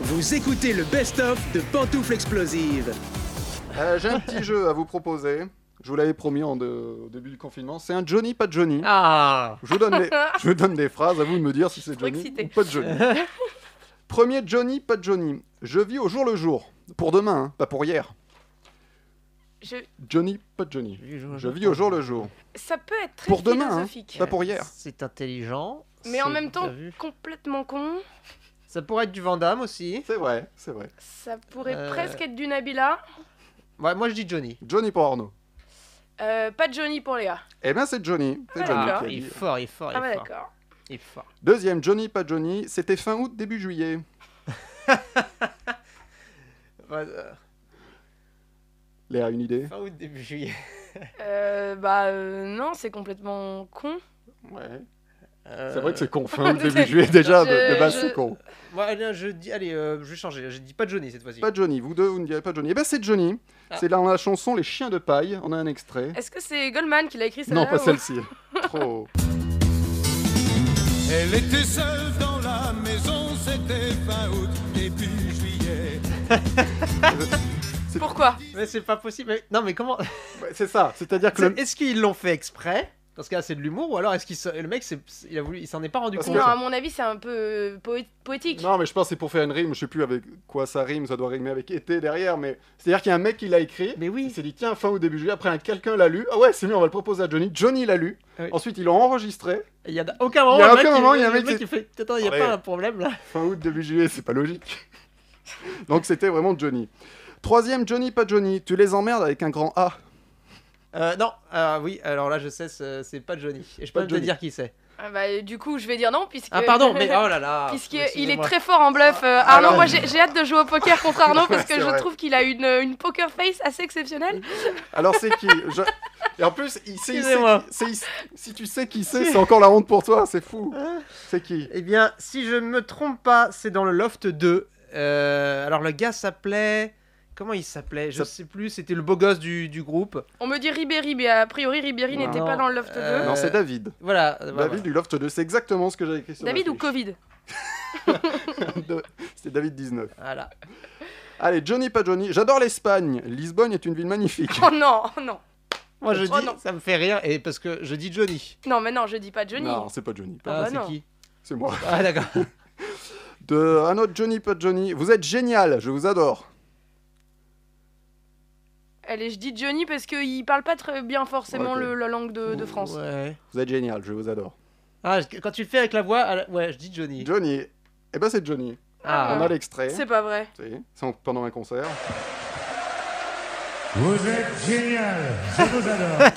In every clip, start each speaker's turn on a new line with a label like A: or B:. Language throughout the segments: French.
A: Vous écoutez le best-of de Pantoufles Explosives.
B: Euh, J'ai un petit jeu à vous proposer. Je vous l'avais promis en de- au début du confinement. C'est un Johnny, pas de Johnny.
C: Ah
B: Je, vous donne les- je vous donne des phrases, à vous de me dire si c'est
D: trop
B: Johnny
D: excitée.
B: ou pas de Johnny. Premier Johnny, pas de Johnny. Je vis au jour le jour. Pour demain, hein, pas pour hier.
D: Je...
B: Johnny, pas de Johnny. Je vis au jour le jour.
D: Ça peut être très
B: Pour demain, hein.
D: philosophique.
B: Pas pour hier.
C: C'est intelligent.
D: Mais en
C: c'est-
D: même temps,
C: t'as vu
D: complètement con.
C: Ça pourrait être du Vandame aussi.
B: C'est vrai, c'est vrai.
D: Ça pourrait
C: Euh.
D: presque être du Nabila.
C: Ouais, moi je dis Johnny.
B: Johnny pour Arnaud.
D: Euh, pas de Johnny pour Léa.
B: Eh bien, c'est Johnny. C'est
D: Ah,
B: Johnny
C: Ah,
B: qui a
C: il est
B: dit.
C: fort, il est fort, il
D: Ah
C: est
D: ouais,
C: fort.
D: d'accord.
C: Il est fort.
B: Deuxième Johnny, pas de Johnny. C'était fin août, début juillet.
C: Ouais, euh,
B: Léa, une idée
C: fin août, début juillet.
D: Euh, bah euh, non, c'est complètement con.
B: Ouais.
C: Euh,
B: C'est vrai que c'est con. Fin août, début juillet, déjà, de, de base,
D: Je-
B: c'est con.
C: moi, allez, je dis, allez, euh, je vais changer. Je dis pas Johnny cette fois-ci.
B: Pas Johnny, vous deux, vous ne direz pas Johnny. Eh ben, c'est Johnny.
C: Ah.
B: C'est dans la chanson Les Chiens de Paille. On a un extrait.
D: Est-ce que c'est Goldman qui l'a écrit celle-là
B: Non, pas
D: ou-
B: celle-ci. Trop.
E: Elle était seule dans la maison, c'était fin août, début juillet.
D: Pourquoi
C: Mais c'est pas possible. mais- Non, mais comment
B: Ouais, c'est ça. C'est-à-dire que le...
C: C'est- Est-ce qu'ils l'ont fait exprès Dans ce cas, c'est de l'humour, ou alors est-ce qu'il se- le mec, c'est- il a voulu, il s'en est pas rendu
B: Parce
C: compte
D: Non, à mon avis, c'est un peu poé- poétique.
B: Non, mais je pense que c'est pour faire une rime. Je sais plus avec quoi ça rime. Ça doit rimer avec été derrière. Mais c'est-à-dire qu'il y a un mec qui l'a écrit.
C: Mais
B: Il
C: oui.
B: s'est dit, tiens, fin août, début juillet. Après, un- quelqu'un l'a lu. Ah ouais, c'est mieux, on va le proposer à Johnny. Johnny l'a lu.
C: Ah oui.
B: Ensuite, ils l'ont enregistré.
C: Il y a aucun moment.
B: Il y a
C: le mec
B: aucun
C: qui-
B: moment, il y a un
C: le
B: mec qui-
C: qui fait. Attends, il y a
B: Ouais.
C: pas un problème là.
B: Fin août, début juillet, c'est pas logique. Donc, c'était vraiment Johnny. Troisième, Johnny, pas Johnny. Tu les emmerdes avec un grand A.
C: Euh, non, euh, oui. Alors là, je sais, c'est c'est pas Johnny. Et je peux
B: Pas
C: même te
B: Johnny.
C: dire qui c'est.
D: Ah, bah, du coup, je vais dire non, puisque.
C: Ah pardon, mais oh là là.
D: Puisqu'il est
C: excusez-moi.
D: très fort en bluff. Euh,
B: Ah,
D: Arnaud, moi j'ai j'ai hâte de jouer au poker contre Arnaud parce que
B: C'est
D: je
B: vrai.
D: trouve qu'il a une, une poker face assez exceptionnelle.
B: Alors c'est qui Je- Et en plus, il sait, il sait
C: Excusez-moi.
B: qui- c'est- il- si tu sais qui c'est, c'est encore la honte pour toi, c'est
C: Ah,
B: fou. C'est qui
C: Eh bien, si je ne me trompe pas, c'est dans le Loft 2. Euh, alors le gars s'appelait. Comment il s'appelait Je
B: Ça-
C: sais plus. C'était le beau gosse du, du groupe.
D: On me dit Ribéry, mais a priori Ribéry
C: Non.
D: n'était pas dans le Loft 2.
C: Euh,
B: Non, c'est David.
C: Voilà. euh, voilà.
B: David du Loft 2, c'est exactement ce que j'avais écrit sur
D: David ou
B: l'affiche.
D: Covid
B: De- C'était David 19.
C: Voilà.
B: Allez, Johnny pas Johnny. J'adore l'Espagne. Lisbonne est une ville magnifique.
D: Oh non, oh non.
C: Moi je dis,
D: Oh non.
C: ça me fait rire et parce que je dis Johnny.
D: Non, mais non, je dis pas Johnny.
B: Non, c'est pas Johnny.
C: Ah,
B: pardon.
D: bah
C: c'est
D: non.
C: qui
B: C'est moi.
C: Ah d'accord.
B: De un autre Johnny pas Johnny. Vous êtes génial, je vous adore.
D: Allez, je dis Johnny parce qu'il parle pas très bien forcément
B: Ok.
D: le- la langue de, de France.
C: Ouais.
B: Vous êtes génial, je vous adore.
C: Ah, je- quand tu le fais avec la voix, à la- ouais, je dis Johnny.
B: Johnny. Eh ben c'est Johnny.
C: Ah.
B: On a l'extrait.
D: C'est pas vrai.
B: C'est c'est en- pendant un concert.
E: Vous êtes génial, je vous adore.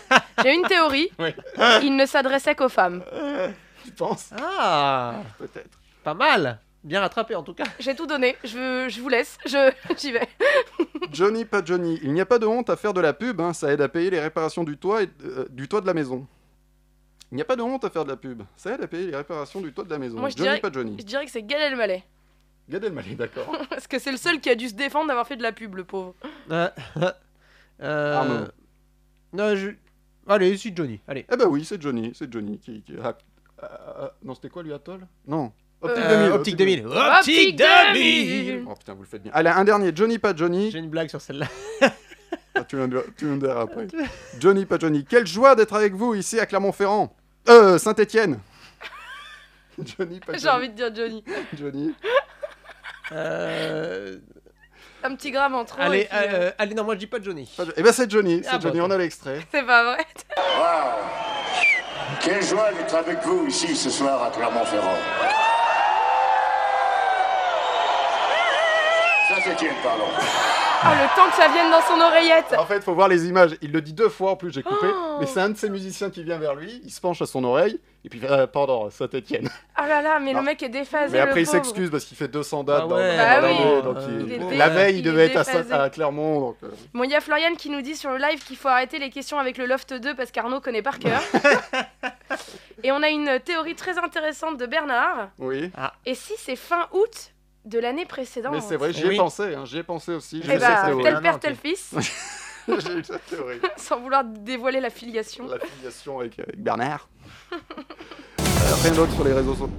D: J'ai une théorie.
C: Ouais.
D: Il ne s'adressait qu'aux femmes.
B: Tu penses
C: Ah,
B: Peut-être.
C: pas mal. Bien rattrapé en tout cas.
D: J'ai tout donné. Je, je vous laisse. Je j'y vais.
B: Johnny, pas Johnny. Il n'y a pas de honte à faire de la pub, hein, ça aide à payer les réparations du toit, et, euh, du toit de la maison. Il n'y a pas de honte à faire de la pub, ça aide à payer les réparations du toit de la maison.
D: Moi, je
B: Johnny,
D: dirais-
B: pas Johnny.
D: Je dirais que c'est Gad Elmaleh
B: Gad Elmaleh, d'accord.
D: parce que c'est le seul qui a dû se défendre d'avoir fait de la pub, le pauvre.
C: Euh, euh,
B: Arnaud.
C: Non, je. Allez, suis Johnny. Allez.
B: eh ben oui, c'est Johnny, c'est Johnny qui... qui- ah, ah, non, c'était quoi lui, Atoll Non. Optique
C: Euh,
B: 2000,
C: optique 2000.
D: Optique 2000.
B: Oh putain, vous le faites bien. Allez, un dernier, Johnny, pas Johnny.
C: J'ai une blague sur celle-là.
B: Ah, tu me tu me diras après. Johnny, pas Johnny. Quelle joie d'être avec vous ici à Clermont-Ferrand. Euh, Saint-Étienne. Johnny, pas
D: J'ai envie de dire Johnny.
B: Johnny. Johnny.
C: Euh,
D: Un petit gramme en trop. et
C: allez,
D: puis, euh,
C: euh, allez, non, moi je dis pas Johnny.
B: Pas Jo- Eh ben c'est Johnny, c'est
C: Ah,
B: Johnny,
C: bah,
B: on a l'extrait.
D: C'est pas vrai.
F: Quelle joie d'être avec vous ici ce soir à Clermont-Ferrand. Saint-Étienne, pardon.
D: Ah, le temps que ça vienne dans son oreillette.
B: En fait, faut voir les images. Il le dit deux fois en plus, j'ai coupé.
D: Oh
B: Mais c'est un de ces musiciens qui vient vers lui, il se penche à son oreille, et puis, euh, pardon, Saint-Étienne.
D: Ah là là, mais
B: Ah.
D: le mec est déphasé.
B: Mais après,
D: le
B: il
D: pauvre.
B: s'excuse parce qu'il fait 200 dates
C: Ah
B: dans-
C: ouais,
B: dans
D: bah
B: l'année,
D: oui.
B: donc il-
C: Il est
B: La
C: déphasé.
B: veille, il
D: Il
B: devait
D: est
B: être à, Saint-
D: déphasé.
B: à Clermont. donc, euh,
D: Bon, il y a Florian qui nous dit sur le live qu'il faut arrêter les questions avec le Loft 2 parce qu'Arnaud connaît par cœur. Et on a une théorie très intéressante de Bernard.
B: Oui.
C: Ah.
D: Et si c'est fin août de l'année précédente
B: Mais c'est vrai, j'y
C: Oui.
B: ai pensé, hein, j'y ai pensé aussi.
C: Eh
B: J'ai
D: Eh
B: eu cette
D: bah,
C: c'est vrai.
B: théorie.
D: tel
C: Non,
D: père,
C: ok.
D: tel fils,
B: J'ai eu cette théorie.
D: sans vouloir dévoiler la filiation.
B: Euh, La filiation avec, avec Bernard. Euh, rien d'autre sur les réseaux sociaux.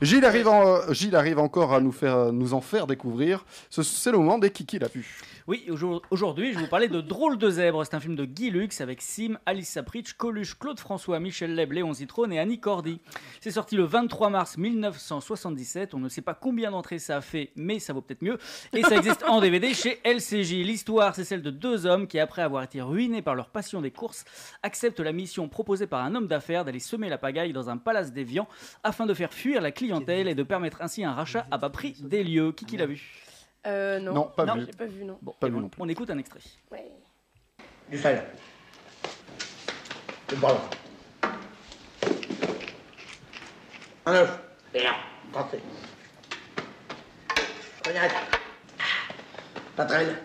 B: Gilles arrive, en- Gilles arrive encore à nous, faire, euh, nous en faire découvrir. Ce- C'est le moment des Kiki la pu.
G: Oui, aujourd- aujourd'hui, je vais vous parler de Drôle de zèbre. C'est un film de Guy Lux avec Sim, Alice Sapritch, Coluche, Claude François, Michel Leb, Léon Zitrone et Annie Cordy. C'est sorti le 23 mars 1977. On ne sait pas combien d'entrées ça a fait, mais ça vaut peut-être mieux. Et ça existe en DVD chez LCJ. L'histoire, c'est celle de deux hommes qui, après avoir été ruinés par leur passion des courses, acceptent la mission proposée par un homme d'affaires d'aller semer la pagaille dans un palace déviant afin de faire fuir la clientèle et de permettre ainsi un rachat à bas prix des lieux. Qui qui l'a vu
D: Euh, non.
B: Non, pas vu.
D: J'ai pas vu, non.
G: Bon,
B: Pas
G: et
B: vu
G: on-
B: non plus.
G: on écoute un extrait.
D: Ouais.
C: Du sel. Du ballon. Un œuf. Bien. Parfait. Cognac. Ah, Patrelle.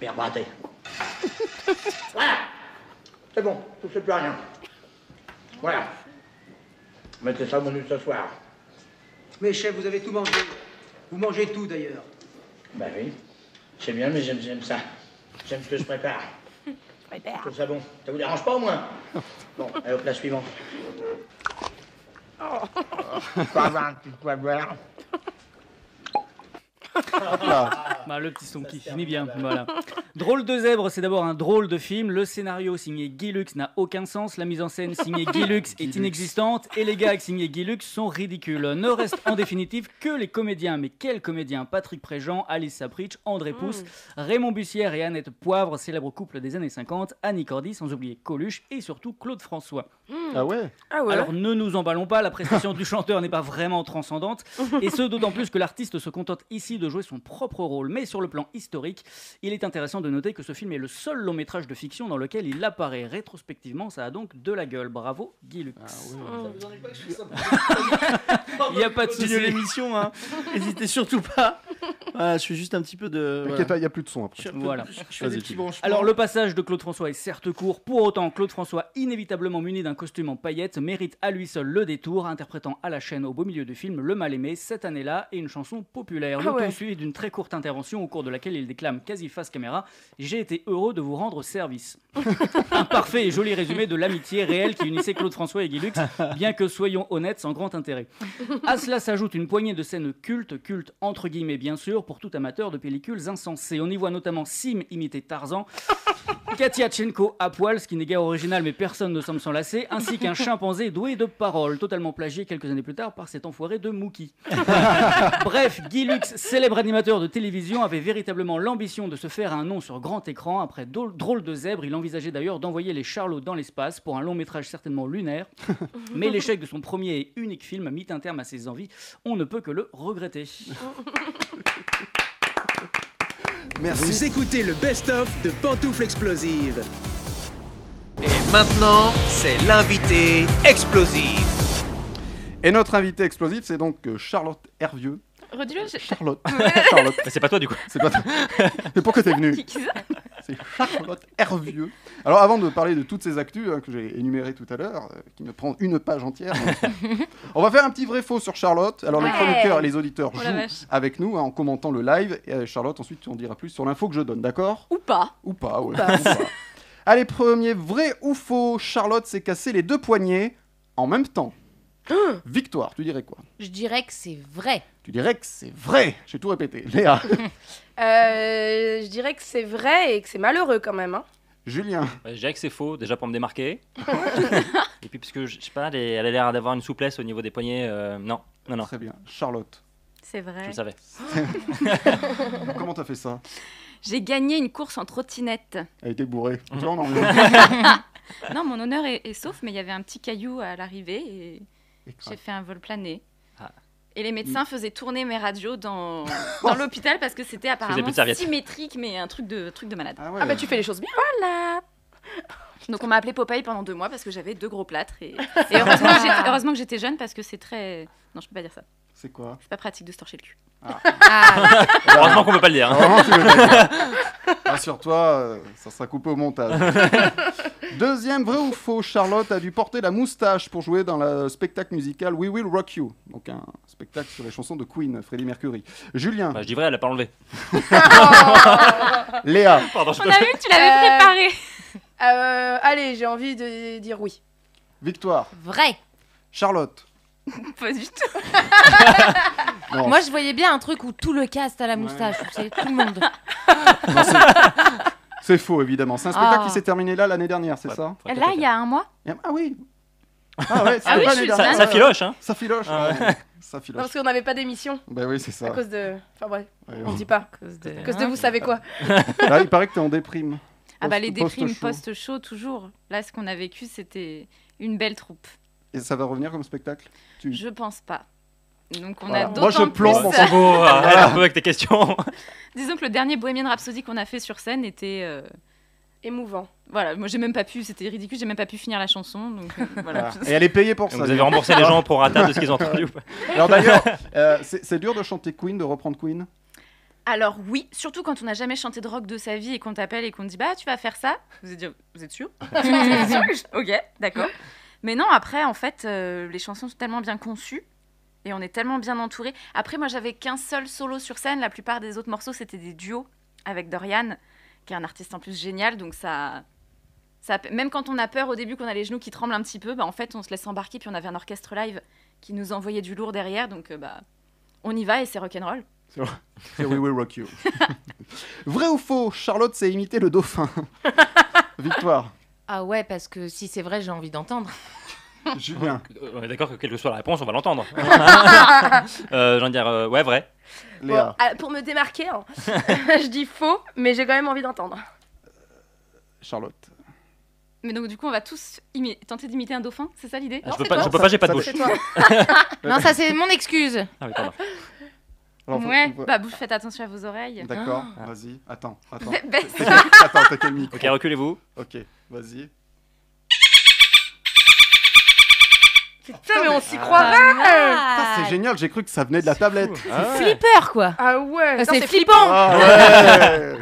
C: Bien raté. voilà. C'est bon. Tout sais plus à rien. Voilà. Mettez ça au menu ce soir.
H: Mais chef, vous avez tout mangé. Vous mangez tout d'ailleurs.
C: Ben oui. C'est bien, mais j'aime, j'aime ça. J'aime ce que je prépare. Je trouve ça bon. Ça vous dérange pas au moins Bon, allez au plat suivant. Pas avoir un petit poids de verre.
G: Bah, le petit son qui finit bien. Voilà. Drôle de zèbre, c'est d'abord un drôle de film. Le scénario signé Guy Lux n'a aucun sens. La mise en scène signée Guy Lux est inexistante. Et les gags signés Guy Lux sont ridicules. Ne restent en définitive que les comédiens. Mais quels comédiens Patrick Préjean, Alice Sapritch, André
D: Mm.
G: Pousse, Raymond Bussière et Annette Poivre, célèbre couple des années 50, Annie Cordy, sans oublier Coluche et surtout Claude François.
B: Ah ouais
D: Ah ouais
G: Alors ne nous emballons pas, la prestation du chanteur n'est pas vraiment transcendante, et ce d'autant plus que l'artiste se contente ici de jouer son propre rôle. Mais sur le plan historique, il est intéressant de noter que ce film est le seul long métrage de fiction dans lequel il apparaît. Rétrospectivement, ça a donc de la gueule. Bravo, Guy Lux.
I: Ah Il n'y a pas de
G: souci.
I: souci. l'émission, hein. N'hésitez surtout pas. Voilà, Ah, je suis juste un petit peu de.
B: T'inquiète
I: voilà.
B: pas, il n'y a plus de son après.
I: Je suis un peu-
G: Voilà.
I: Je fais des
B: Vas-y,
I: petits
B: Philippe.
I: branchements.
G: Alors le passage de Claude François est certes court, pour autant Claude François, inévitablement muni d'un costume en paillettes, mérite à lui seul le détour, interprétant à la chaîne au beau milieu du film Le Mal-Aimé cette année-là et une chanson populaire.
D: Ah
G: le
D: ouais.
G: tout suivi d'une très courte intervention au cours de laquelle il déclame quasi face caméra « J'ai été heureux de vous rendre service ». Un parfait et joli résumé de l'amitié réelle qui unissait Claude François et Guy Lux, bien que soyons honnêtes sans grand intérêt. À cela s'ajoute une poignée de scènes cultes, cultes entre guillemets bien sûr, pour tout amateur de pellicules insensées. On y voit notamment Sim imiter Tarzan, Katia Tchenko à poil, ce qui n'est guère original mais personne ne semble s'en lasser, ainsi qu'un chimpanzé doué de paroles, totalement plagié quelques années plus tard par cet enfoiré de Mookie. Bref, Guy Lux, célèbre animateur de télévision, avait véritablement l'ambition de se faire un nom sur grand écran. Après Dôle- Drôle de zèbre, il envisageait d'ailleurs d'envoyer les Charlots dans l'espace pour un long métrage certainement lunaire. Mais l'échec de son premier et unique film mit un terme à ses envies. On ne peut que le regretter.
J: Vous écoutez le best-of de Pantoufles Explosives.
H: Et maintenant, c'est l'invité explosif.
B: Et notre invité explosif, c'est donc euh, Charlotte Hervieux.
D: Redis-le, j'ai-
B: Charlotte. Charlotte.
K: Bah, c'est pas toi du coup.
B: C'est pas. Mais pourquoi t'es venue
D: qui- qui ça
B: C'est Charlotte Hervieux. Alors avant de parler de toutes ces actus hein, que j'ai énumérées tout à l'heure, euh, qui me prend une page entière, donc, on va faire un petit vrai faux sur Charlotte. Alors les
D: Ouais.
B: chroniqueurs et les auditeurs
D: Oh la
B: jouent
D: vache.
B: avec nous hein, en commentant le live. Et euh, Charlotte, ensuite on dira plus sur l'info que je donne, d'accord
D: Ou pas
B: Ou pas, ouais. ou pas. Allez, premier vrai ou faux, Charlotte s'est cassé les deux poignets en même temps. Victoire, tu dirais quoi
L: Je dirais que c'est vrai.
B: Tu dirais que c'est vrai J'ai tout répété. Léa,
D: Euh, Je dirais que c'est vrai et que c'est malheureux quand même. Hein.
B: Julien,
K: Ouais, je dirais que c'est faux, déjà pour me démarquer. Et puis parce que je je sais pas, les- elle a l'air d'avoir une souplesse au niveau des poignets. euh, non, non, non,
B: très bien. Charlotte,
L: C'est
K: je
L: vrai.
K: le savais.
B: comment t'as fait ça
L: J'ai gagné une course en trottinette.
B: Elle était bourrée. Tu
K: Mhm.
B: vois, on en revient.
L: Non, mon honneur est, est sauf, mais il y avait un petit caillou à l'arrivée et
B: Et
L: j'ai fait un vol plané.
K: Ah.
L: Et les
B: Mm.
L: médecins faisaient tourner mes radios dans, dans l'hôpital parce que c'était apparemment
K: plus de serviettes.
L: symétrique, mais un truc de, truc de malade.
B: Ah ouais.
D: Ah bah tu fais les choses bien.
L: Voilà. Donc on m'a appelé Popeye pendant deux mois parce que j'avais deux gros plâtres. Et, et heureusement, que j'étais- heureusement que j'étais jeune parce que c'est très... Non, je peux pas dire ça.
B: C'est quoi
L: C'est pas pratique de se torcher le cul. Ah.
K: Heureusement qu'on peut pas le dire. hein.
B: Vraiment, Ah. tu veux pas dire. Rassure-toi, euh, ça sera coupé au montage. Deuxième vrai ou faux, Charlotte a dû porter la moustache pour jouer dans le spectacle musical We Will Rock You, donc un spectacle sur les chansons de Queen, Freddie Mercury. Julien,
K: Bah, je dis vrai, elle a pas enlevé.
B: Léa,
K: Pardon, je
L: On a vu que tu l'avais
D: Euh,
L: préparé.
D: Euh, allez, j'ai envie de dire oui.
B: Victoire,
L: Vrai.
B: Charlotte,
L: Pas du tout.
B: Non.
M: Moi, je voyais bien un truc où tout le cast a la moustache, vous savez, tout le monde.
B: C'est faux, évidemment. C'est un spectacle
M: Ah.
B: qui s'est terminé là l'année dernière, c'est ça
M: Là, il y a un mois
B: Ah oui Ah ouais, c'était
D: Ah oui, je
B: pas l'année
D: suis
B: dernière.
D: fan. Ça filoche,
K: hein
B: Ça filoche,
K: Ah ouais.
B: ouais. Ça
D: Non, parce
B: filoche.
D: qu'on n'avait pas d'émission.
B: Ben oui, c'est ça.
D: À cause de. Enfin, bref,
B: Ouais,
D: on
B: ouais.
D: dit pas. À cause de, vous savez quoi.
B: Là, il paraît que t'es en déprime.
L: Ah bah les
B: Post-
L: déprimes
B: post-show.
L: post-show toujours. Là, ce qu'on a vécu, c'était une belle troupe.
B: Et ça va revenir comme spectacle Tu-
L: Je pense pas. Donc on
B: Voilà.
L: a
B: Moi, je
L: d'autant
B: plombe mon
L: plus...
B: cerveau, euh,
K: Arrête
B: Voilà.
K: Ah, un peu avec tes questions.
L: Disons que le dernier Bohemian Rhapsody qu'on a fait sur scène était euh,
D: émouvant.
L: Voilà, moi j'ai même pas pu, c'était ridicule, j'ai même pas pu finir la chanson, donc euh, voilà.
B: Voilà. Et elle est payée pour
K: Et
B: ça.
K: vous avez remboursé les gens pour rata de ce qu'ils ont entendu ou pas
B: Alors d'ailleurs, euh, c'est c'est dur de chanter Queen, de reprendre Queen.
L: Alors oui, surtout quand on n'a jamais chanté de rock de sa vie et qu'on t'appelle et qu'on te dit bah tu vas faire ça, vous êtes, vous êtes sûr Vous êtes sûr Ok, d'accord. Mais non, après en fait, euh, les chansons sont tellement bien conçues et on est tellement bien entouré. Après moi j'avais qu'un seul solo sur scène, la plupart des autres morceaux c'était des duos avec Dorian, qui est un artiste en plus génial, donc ça, ça même quand on a peur au début qu'on a les genoux qui tremblent un petit peu, bah en fait on se laisse embarquer puis on avait un orchestre live qui nous envoyait du lourd derrière, donc euh, bah on y va et c'est rock'n'roll.
B: C'est vrai. C'est We Will Rock You. vrai ou faux, Charlotte sait imiter le dauphin. Victoire.
M: Ah ouais, parce que si c'est vrai, j'ai envie d'entendre.
B: Julien.
K: euh, On est d'accord que quelle que soit la réponse, on va l'entendre. euh, J'ai envie de dire, euh, ouais, vrai.
D: Bon, ah, pour me démarquer, hein, je dis faux, mais j'ai quand même envie d'entendre.
B: Charlotte.
L: Mais donc du coup, on va tous imi- tenter d'imiter un dauphin, c'est ça l'idée
K: Ah, je Non, peux c'est pas- toi. je peux pas, j'ai pas de
L: Ça,
K: bouche.
L: c'est toi.
M: non, ça c'est mon excuse.
K: Ah oui, pardon.
B: Alors, faut-
L: ouais,
B: faut-
L: bah vous faites attention à vos oreilles. Ah,
B: D'accord,
D: Ah.
B: vas-y, attends,
D: Bah,
B: attends.
L: Ba- baisse.
B: attends, t'as quel micro
K: Ok, reculez-vous.
B: Ok, vas-y.
D: Putain, mais on s'y
B: Ah.
D: croirait
B: Putain, C'est génial, j'ai cru que ça venait de la tablette.
K: Ah.
M: C'est Flipper quoi.
D: Ah ouais.
M: c'est
D: c'est
M: flippant.
B: Ah ouais.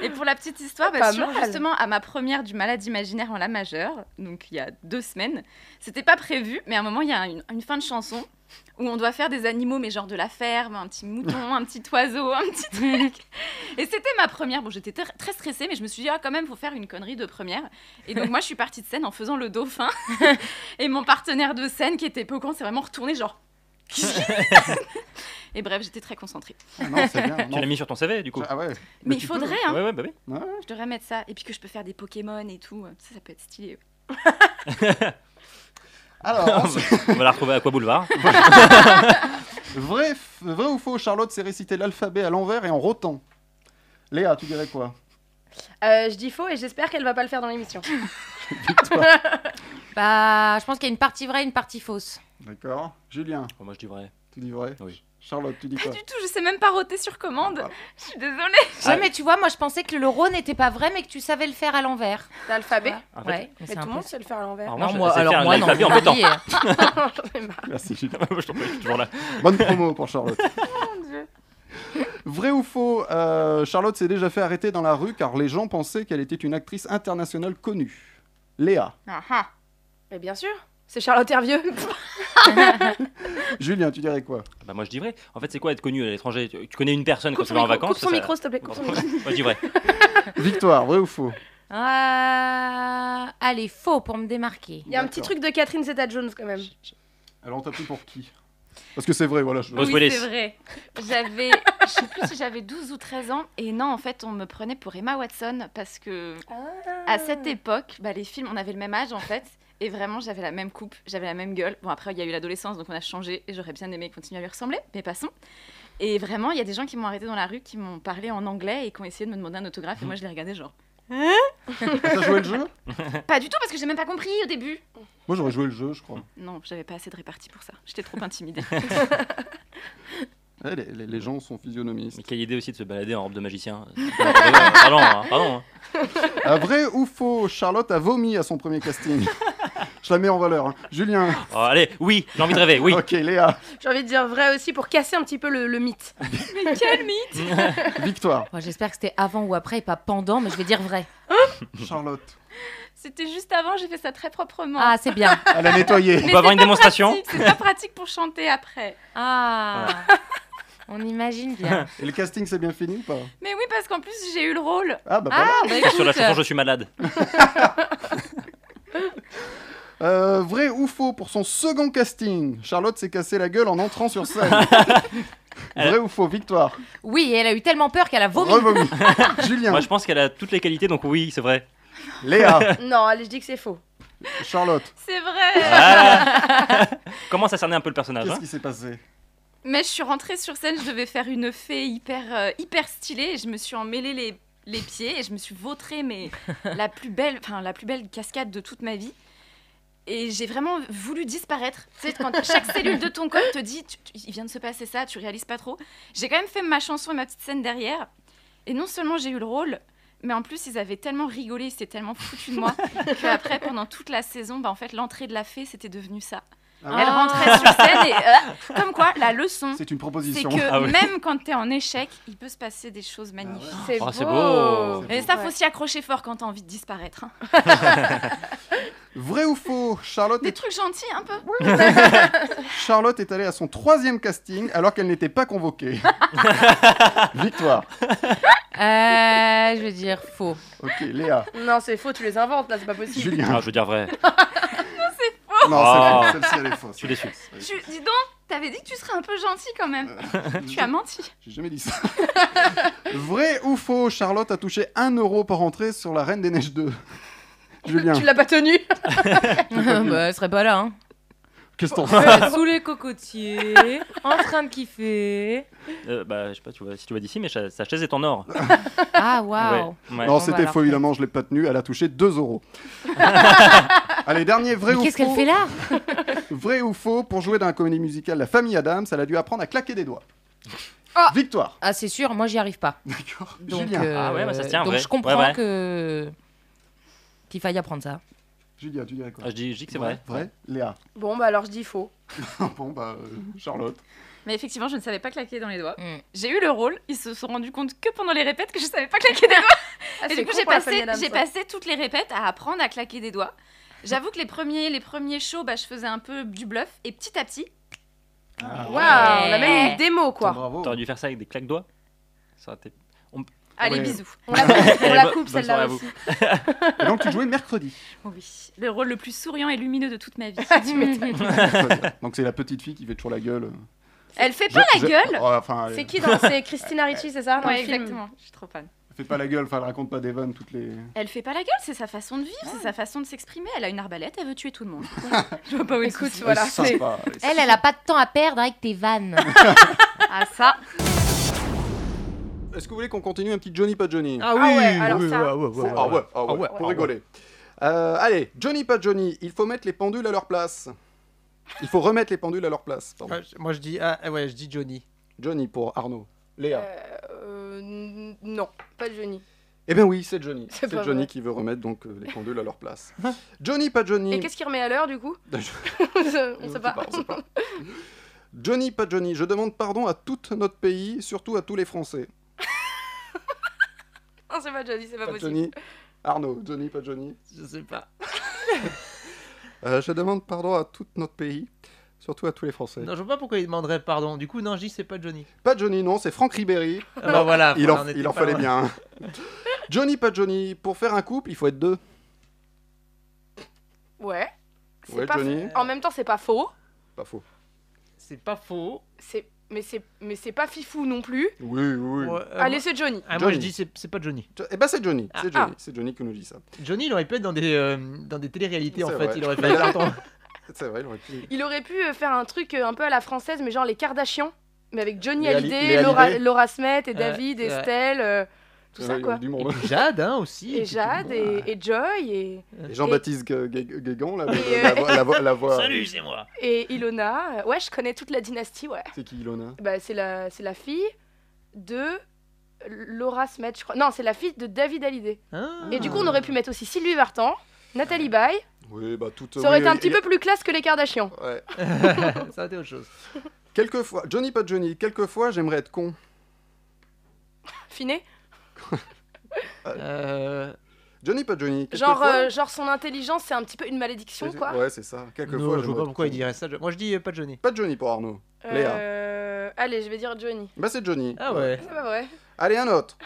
L: Et pour la petite histoire, bah,
D: Oh, Pas
L: sur-
D: mal.
L: justement à ma première du malade imaginaire en la majeure, donc il y a deux semaines, c'était pas prévu, mais à un moment il y a une, une fin de chanson où on doit faire des animaux, mais genre de la ferme, un petit mouton, un petit oiseau, un petit truc. Et c'était ma première. Bon, j'étais ter- très stressée, mais je me suis dit ah quand même faut faire une connerie de première. Et donc moi je suis partie de scène en faisant le dauphin. Et mon partenaire de scène qui était peu au courant s'est vraiment retourné genre. Et bref, j'étais très concentrée.
K: Ah Tu l'as mis sur ton CV, du coup.
B: Ah ouais.
L: Mais il faudrait, hein.
K: Ouais, ouais, bah oui.
L: Je devrais mettre ça. Et puis que je peux faire des Pokémon et tout. Ça, ça peut être stylé.
K: Ah,
B: Alors, ensuite-
K: on va la retrouver à quoi boulevard
B: vrai, f- vrai ou faux, Charlotte sait réciter l'alphabet à l'envers et en rotant. Léa, tu dirais quoi
D: Euh, je dis faux et j'espère qu'elle va pas le faire dans l'émission.
M: Bah, je pense qu'il y a une partie vraie, une partie fausse.
B: D'accord. Julien.
K: Oh, Moi, je dis vrai.
B: Tu dis vrai
K: Oui.
B: Charlotte, tu dis quoi
L: Du tout, je sais même pas roter sur commande. Je suis désolée.
M: Ah,
K: Ah,
M: Ouais, mais tu vois, moi je pensais que le rot n'était pas vrai, mais que tu savais le faire à l'envers.
D: L'alphabet
K: En fait-
M: Ouais,
D: Mais
M: c'est
D: tout
M: un
D: le
M: peu
D: monde sait le faire à l'envers.
K: Alors moi, Non, je moi, sais alors faire moi, non, l'alphabet en je dis, pétant. euh.
D: J'en ai marre.
B: Merci, Julien.
K: je t'en prie, je suis toujours là.
B: Bonne promo pour Charlotte.
D: Oh Mon Dieu.
B: Vrai ou faux, euh, Charlotte s'est déjà fait arrêter dans la rue car les gens pensaient qu'elle était une actrice internationale connue. Léa.
D: Ah, Mais bien sûr, c'est Charlotte Hervieux.
B: Julien, tu dirais quoi
K: Bah, moi, je dis vrai. En fait, c'est quoi être connu à l'étranger tu, tu connais une personne
D: Coupe son
K: quand tu vas en
D: micro,
K: vacances
D: coupe son micro, s'il te plaît, coupe son micro.
K: Moi, je dis vrai.
B: Victoire, vrai ou faux
M: Ah, allez, faux pour me démarquer.
D: Il y a un petit truc de Catherine Zeta-Jones quand même.
B: Alors, t'as pris pour qui Parce que c'est vrai, voilà. Je...
K: Bruce
L: oui,
K: Willis.
L: c'est vrai. J'avais, je sais plus si j'avais 12 ou 13 ans. Et non, en fait, on me prenait pour Emma Watson parce que Ah. à cette époque, bah, les films, on avait le même âge en fait. Et vraiment, j'avais la même coupe, j'avais la même gueule. Bon, après, il y a eu l'adolescence, donc on a changé. Et j'aurais bien aimé continuer à lui ressembler, mais passons. Et vraiment, il y a des gens qui m'ont arrêté dans la rue, qui m'ont parlé en anglais et qui ont essayé de me demander un autographe. Et moi, je les regardais genre. Hein
B: T'as joué le jeu
L: Pas du tout, parce que j'ai même pas compris au début.
B: Moi, j'aurais joué le jeu, je crois.
L: Non, j'avais pas assez de répartie pour ça. J'étais trop intimidée.
B: Ouais, les, les- les gens sont physionomistes.
K: Mais quelle idée aussi de se balader en robe de magicien. pardon, hein, pardon. hein.
B: Ah, vrai ou faux, Charlotte a vomi à son premier casting. je la mets en valeur. hein. Julien.
K: Oh, allez, oui, j'ai envie de rêver, oui.
B: ok, Léa.
D: J'ai envie de dire vrai aussi pour casser un petit peu le, le mythe.
L: Mais quel mythe
B: Victoire.
M: Moi, j'espère que c'était avant ou après Ah, et pas pendant, mais je vais dire vrai.
B: Charlotte.
L: C'était juste avant, j'ai fait ça très proprement.
M: Ah, c'est bien.
B: Elle a nettoyé.
L: Mais c'est pas pratique, C'est pas pratique pour chanter après.
M: Ah, on imagine bien.
B: Et le casting, c'est bien fini ou pas
L: Mais oui, parce qu'en plus, j'ai eu le rôle.
B: bah,
L: Ah, bah
B: Ah, bah, voilà.
K: Sur la chanson, je suis malade.
B: Euh, vrai ou faux pour son second casting Charlotte s'est cassé la gueule en entrant sur scène. vrai ou faux Victoire.
M: Oui, et elle a eu tellement peur qu'elle a vomi.
B: Revomi. Julien.
K: Moi, je pense qu'elle a toutes les qualités, donc oui, c'est vrai.
B: Léa.
D: Non, allez, je dis que c'est faux.
B: Charlotte.
L: C'est vrai.
K: Voilà. Comment ça cernait un peu le personnage
B: Qu'est-ce
K: hein
B: qui s'est passé
L: Mais je suis rentrée sur scène, je devais faire une fée hyper, euh, hyper stylée et je me suis emmêlée les, les pieds et je me suis vautrée mais la plus belle, enfin la plus belle cascade de toute ma vie. Et j'ai vraiment voulu disparaître. Tu sais, quand chaque cellule de ton corps te dit, tu- tu- il vient de se passer ça, tu réalises pas trop. J'ai quand même fait ma chanson et ma petite scène derrière. Et non seulement j'ai eu le rôle, mais en plus ils avaient tellement rigolé, ils s'étaient tellement foutus de moi qu'après, pendant toute la saison, bah, en fait, l'entrée de la fée, c'était devenu ça.
B: Ah ouais
L: Elle rentrait sur scène et euh, comme quoi la leçon,
B: C'est une proposition.
L: c'est que
B: Ah Bah ouais.
L: même quand t'es en échec, il peut se passer des choses magnifiques.
D: C'est
B: Ah,
K: Oh, c'est beau. beau.
L: Et ça, faut
D: Ouais.
L: s'y accrocher fort quand t'as envie de disparaître. hein.
B: Vrai ou faux Charlotte
L: Des
B: est...
L: trucs gentils un peu.
B: Charlotte est allée à son troisième casting alors qu'elle n'était pas convoquée. Victoire.
M: Euh, je veux dire faux.
B: Ok, Léa.
D: Non, c'est faux, tu les inventes là, c'est pas possible.
K: Ah, je veux dire vrai.
B: Non,
K: Ah.
B: c'est faux, celle-ci elle est fausse.
K: Je suis déçu.
L: Tu- dis donc, t'avais dit que tu serais un peu gentil quand même. tu as menti.
B: Euh, J'ai jamais dit ça. Vrai ou faux Charlotte a touché 1 euro par entrée sur la Reine des Neiges 2. Julien.
D: Tu l'as pas tenu
M: bah, elle serait pas là. Hein.
B: Qu'est-ce que t'en
M: Euh, Sous les cocotiers, en train de kiffer.
K: Euh, bah, je sais pas tu vois, si tu vois d'ici, mais cha- sa chaise est en or.
M: Ah, waouh.
K: Ouais. Ouais.
B: Non, c'était faux, évidemment, je l'ai pas tenu. Elle a touché 2 euros. Allez, dernier, vrai
M: Mais
B: ou
M: qu'est-ce qu'elle
B: faux
M: fait là
B: Vrai ou faux, pour jouer dans la comédie musicale La Famille Adams, elle a dû apprendre à claquer des doigts.
D: Oh.
B: Victoire.
M: Ah, c'est sûr, moi j'y arrive pas. D'accord. Donc,
B: Julien.
M: euh,
K: Ah ouais, bah, ça se tient,
M: donc
K: vrai.
M: je comprends
K: Ouais, ouais.
M: que qu'il faille apprendre ça.
B: Julien, tu dirais quoi
K: Ah, je, dis, je dis que c'est
B: Ouais,
K: vrai.
B: Vrai Léa.
D: Bon, bah alors je dis faux.
B: bon, bah, euh, Charlotte.
L: Mais effectivement, je ne savais pas claquer dans les doigts.
M: Mm.
L: J'ai eu le rôle. Ils se sont rendus compte que pendant les répètes que je savais pas claquer des doigts.
D: Ah,
L: et
D: c'est
L: du coup,
D: con
L: j'ai
D: pour la
L: passé,
D: famille Adams,
L: j'ai
D: ça.
L: passé toutes les répètes à apprendre à claquer des doigts. J'avoue que les premiers, les premiers shows, bah, je faisais un peu du bluff. Et petit à petit.
B: Ah.
D: Waouh, on a même une démo quoi.
K: T'aurais dû faire ça avec des claques doigts Ça aurait été- On-
L: Allez,
K: Ouais.
L: bisous.
D: On la coupe, on la
K: Bo-
D: coupe,
K: bonne
D: celle-là
K: soirée à vous.
D: aussi.
B: Et donc, tu jouais mercredi.
L: Oui, le rôle le plus souriant et lumineux de toute ma vie.
D: Ah, tu m'étonnes.
B: donc, c'est la petite fille qui fait toujours la gueule.
D: Elle fait
B: Je-
D: pas la
B: je-
D: gueule
B: Oh, enfin, elle-
D: C'est qui dans C'est Christina Ricci, c'est ça dans
L: Ouais,
D: le film
L: exactement. Je suis trop fan.
B: Elle fait pas la gueule, enfin, elle raconte pas des vannes toutes les.
M: Ah
L: Elle fait pas la gueule, c'est sa façon de vivre, c'est sa façon de s'exprimer. Elle a une arbalète, elle veut tuer tout le monde. je vois pas où Écoute,
B: voilà, Elle est c'est- sympa, elle est
M: Elle, elle a pas de temps à perdre avec tes vannes.
L: Ah ça.
B: Est-ce que vous voulez qu'on continue un petit Johnny pas Johnny
D: Ah oui, Ah ouais, alors oui, ça. ouais,
N: ouais, ouais,
B: Ah ouais,
N: ouais.
B: ah ouais,
N: Ah ouais,
B: pour
N: ah ouais.
B: rigoler. Euh, allez, Johnny pas Johnny, il faut mettre les pendules à leur place. Il faut remettre les pendules à leur place. pardon.
N: Ah, je- Moi je dis ah, ouais, je dis Johnny.
B: Johnny pour Arnaud. Léa.
D: Euh, n- non, pas Johnny.
B: Eh bien oui, c'est Johnny.
D: C'est
B: C'est
D: pas
B: Johnny
D: vrai. Hein
B: qui veut remettre donc euh, les pendules à leur place. Johnny pas Johnny.
D: Et qu'est-ce qu'il remet à l'heure du coup On sait pas.
B: on sait pas. Johnny pas Johnny, je demande pardon à tout notre pays, surtout à tous les Français.
D: Non, c'est pas Johnny, c'est pas,
B: Pas
D: possible.
B: Johnny. Arnaud, Johnny pas Johnny.
N: Je sais pas.
B: Euh, je demande pardon à tout notre pays, surtout à tous les Français.
N: Non, je vois pas pourquoi il demanderait pardon. Du coup, non, je dis c'est pas Johnny.
B: Pas Johnny, non, c'est Franck Ribéry.
N: Ah bah voilà,
B: il en,
N: on était
B: il en
N: pas
B: fallait
N: loin.
B: bien. hein. Johnny, pas Johnny. Pour faire un couple, il faut être deux.
D: Ouais. C'est
B: Ouais,
D: pas
B: Johnny.
D: faux. En même temps, c'est pas faux.
B: Pas faux.
N: C'est pas faux.
D: C'est mais c'est mais c'est pas fifou non plus.
B: Oui, oui.
N: Ouais, euh,
D: Allez,
N: moi-
D: c'est Johnny.
N: Ah, moi
B: Johnny.
N: je dis c'est c'est pas Johnny.
B: Eh ben c'est Johnny, c'est
D: Ah.
B: Johnny, c'est Johnny qui nous dit ça.
N: Johnny, il aurait pu être dans des, euh, dans des téléréalités en
B: C'est
N: fait.
B: vrai.
N: Il aurait
B: Il
N: fait
B: a-
N: longtemps.
B: C'est vrai, il aurait pu.
D: Il aurait pu euh, faire un truc euh, un peu à la française, mais genre les Kardashians, mais avec Johnny
B: Les Ali- les
D: Hallyday,
B: Hallyday.
D: Laura, Laura Smet et
N: Ouais,
D: David,
N: c'est vrai.
D: Estelle, euh, tout ça
B: Ouais, il y
D: quoi.
B: a du monde.
N: Et Jade, hein, aussi.
D: Et Jade et, et Joy et,
B: Et Jean-Baptiste Gue- Gue- Guégan, là, le-
D: Et,
B: la,
D: euh,
B: voix- la voix- la voix.
K: Salut, c'est moi.
D: et Ilona. Euh, Ouais, je connais toute la dynastie, ouais.
B: C'est qui Ilona
D: Bah, c'est la c'est la fille de Laura Smet, je crois. Non, c'est la fille de David Hallyday.
N: Ah.
D: Et du coup, on aurait pu mettre aussi Sylvie Vartan, Nathalie Baye.
B: Oui, bah tout.
D: Ça aurait
B: oui,
D: été un
B: il-
D: petit
B: il-
D: peu plus classe que les Kardashians.
B: Ouais.
N: Ça a été autre chose.
B: Quelquefois, Johnny pas Johnny, quelquefois j'aimerais être con.
D: Finé
B: Euh,
N: Euh,
B: Johnny pas Johnny.
D: genre,
B: quelquefois-
D: euh, genre son intelligence, c'est un petit peu une malédiction, quoi.
B: Ouais, c'est ça. Quelquefois
N: Non, je
B: j'aimerais
N: vois pas
B: être
N: pourquoi
B: con.
N: il dirait ça. Je- Moi je dis euh, pas Johnny.
B: Pas Johnny pour Arnaud. Léa.
D: Euh, Allez, je vais dire Johnny.
B: Bah c'est Johnny.
N: Ah ouais.
D: C'est pas vrai.
B: Allez, un autre.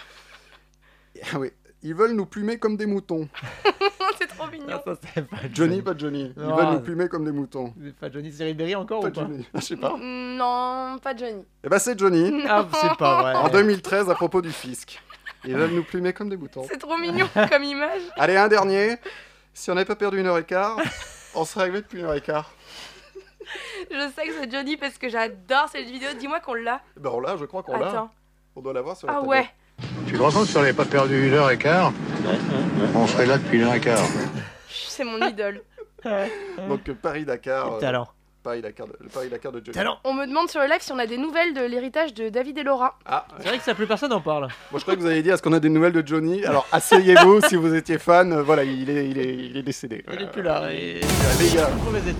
B: Ah oui. Ils veulent nous plumer comme des moutons.
D: c'est trop mignon.
B: Ah, ça, Johnny, pas Johnny. Il
N: Non.
B: va nous plumer comme des moutons.
N: Pas Johnny Zeriberi encore
B: ou pas Johnny. Je sais pas.
D: Mm, Non, pas Johnny.
B: Eh ben c'est Johnny.
D: Ah, c'est pas vrai.
B: En 2013, à propos du fisc. Il va nous plumer comme des moutons.
D: C'est trop mignon comme image.
B: Allez, un dernier. Si on n'avait pas perdu une heure et quart, on serait arrivé depuis une heure et quart.
D: Je sais que c'est Johnny parce que j'adore cette vidéo. Dis-moi qu'on l'a.
B: Ben on l'a, je crois qu'on
D: Attends.
B: l'a. On doit l'avoir sur la
D: Ah
B: table.
D: ouais.
O: Tu te rends compte si on n'avait pas perdu une heure et quart On serait là depuis une heure et quart.
D: C'est mon idole.
B: Donc euh, Paris-Dakar.
N: Quel
B: euh,
N: talent.
B: Paris-Dakar de, Paris-Dakar de Johnny.
D: On me demande sur le live si on a des nouvelles de l'héritage de David et Laura.
B: Ah,
N: C'est vrai que ça, plus personne n'en parle.
B: Moi, je crois que vous avez dit, est-ce qu'on a des nouvelles de Johnny Alors, asseyez-vous si vous étiez fan. euh, Voilà, il est, il est, il est décédé.
N: Il est plus là. et-
B: euh, les gars.
N: Trop baisé.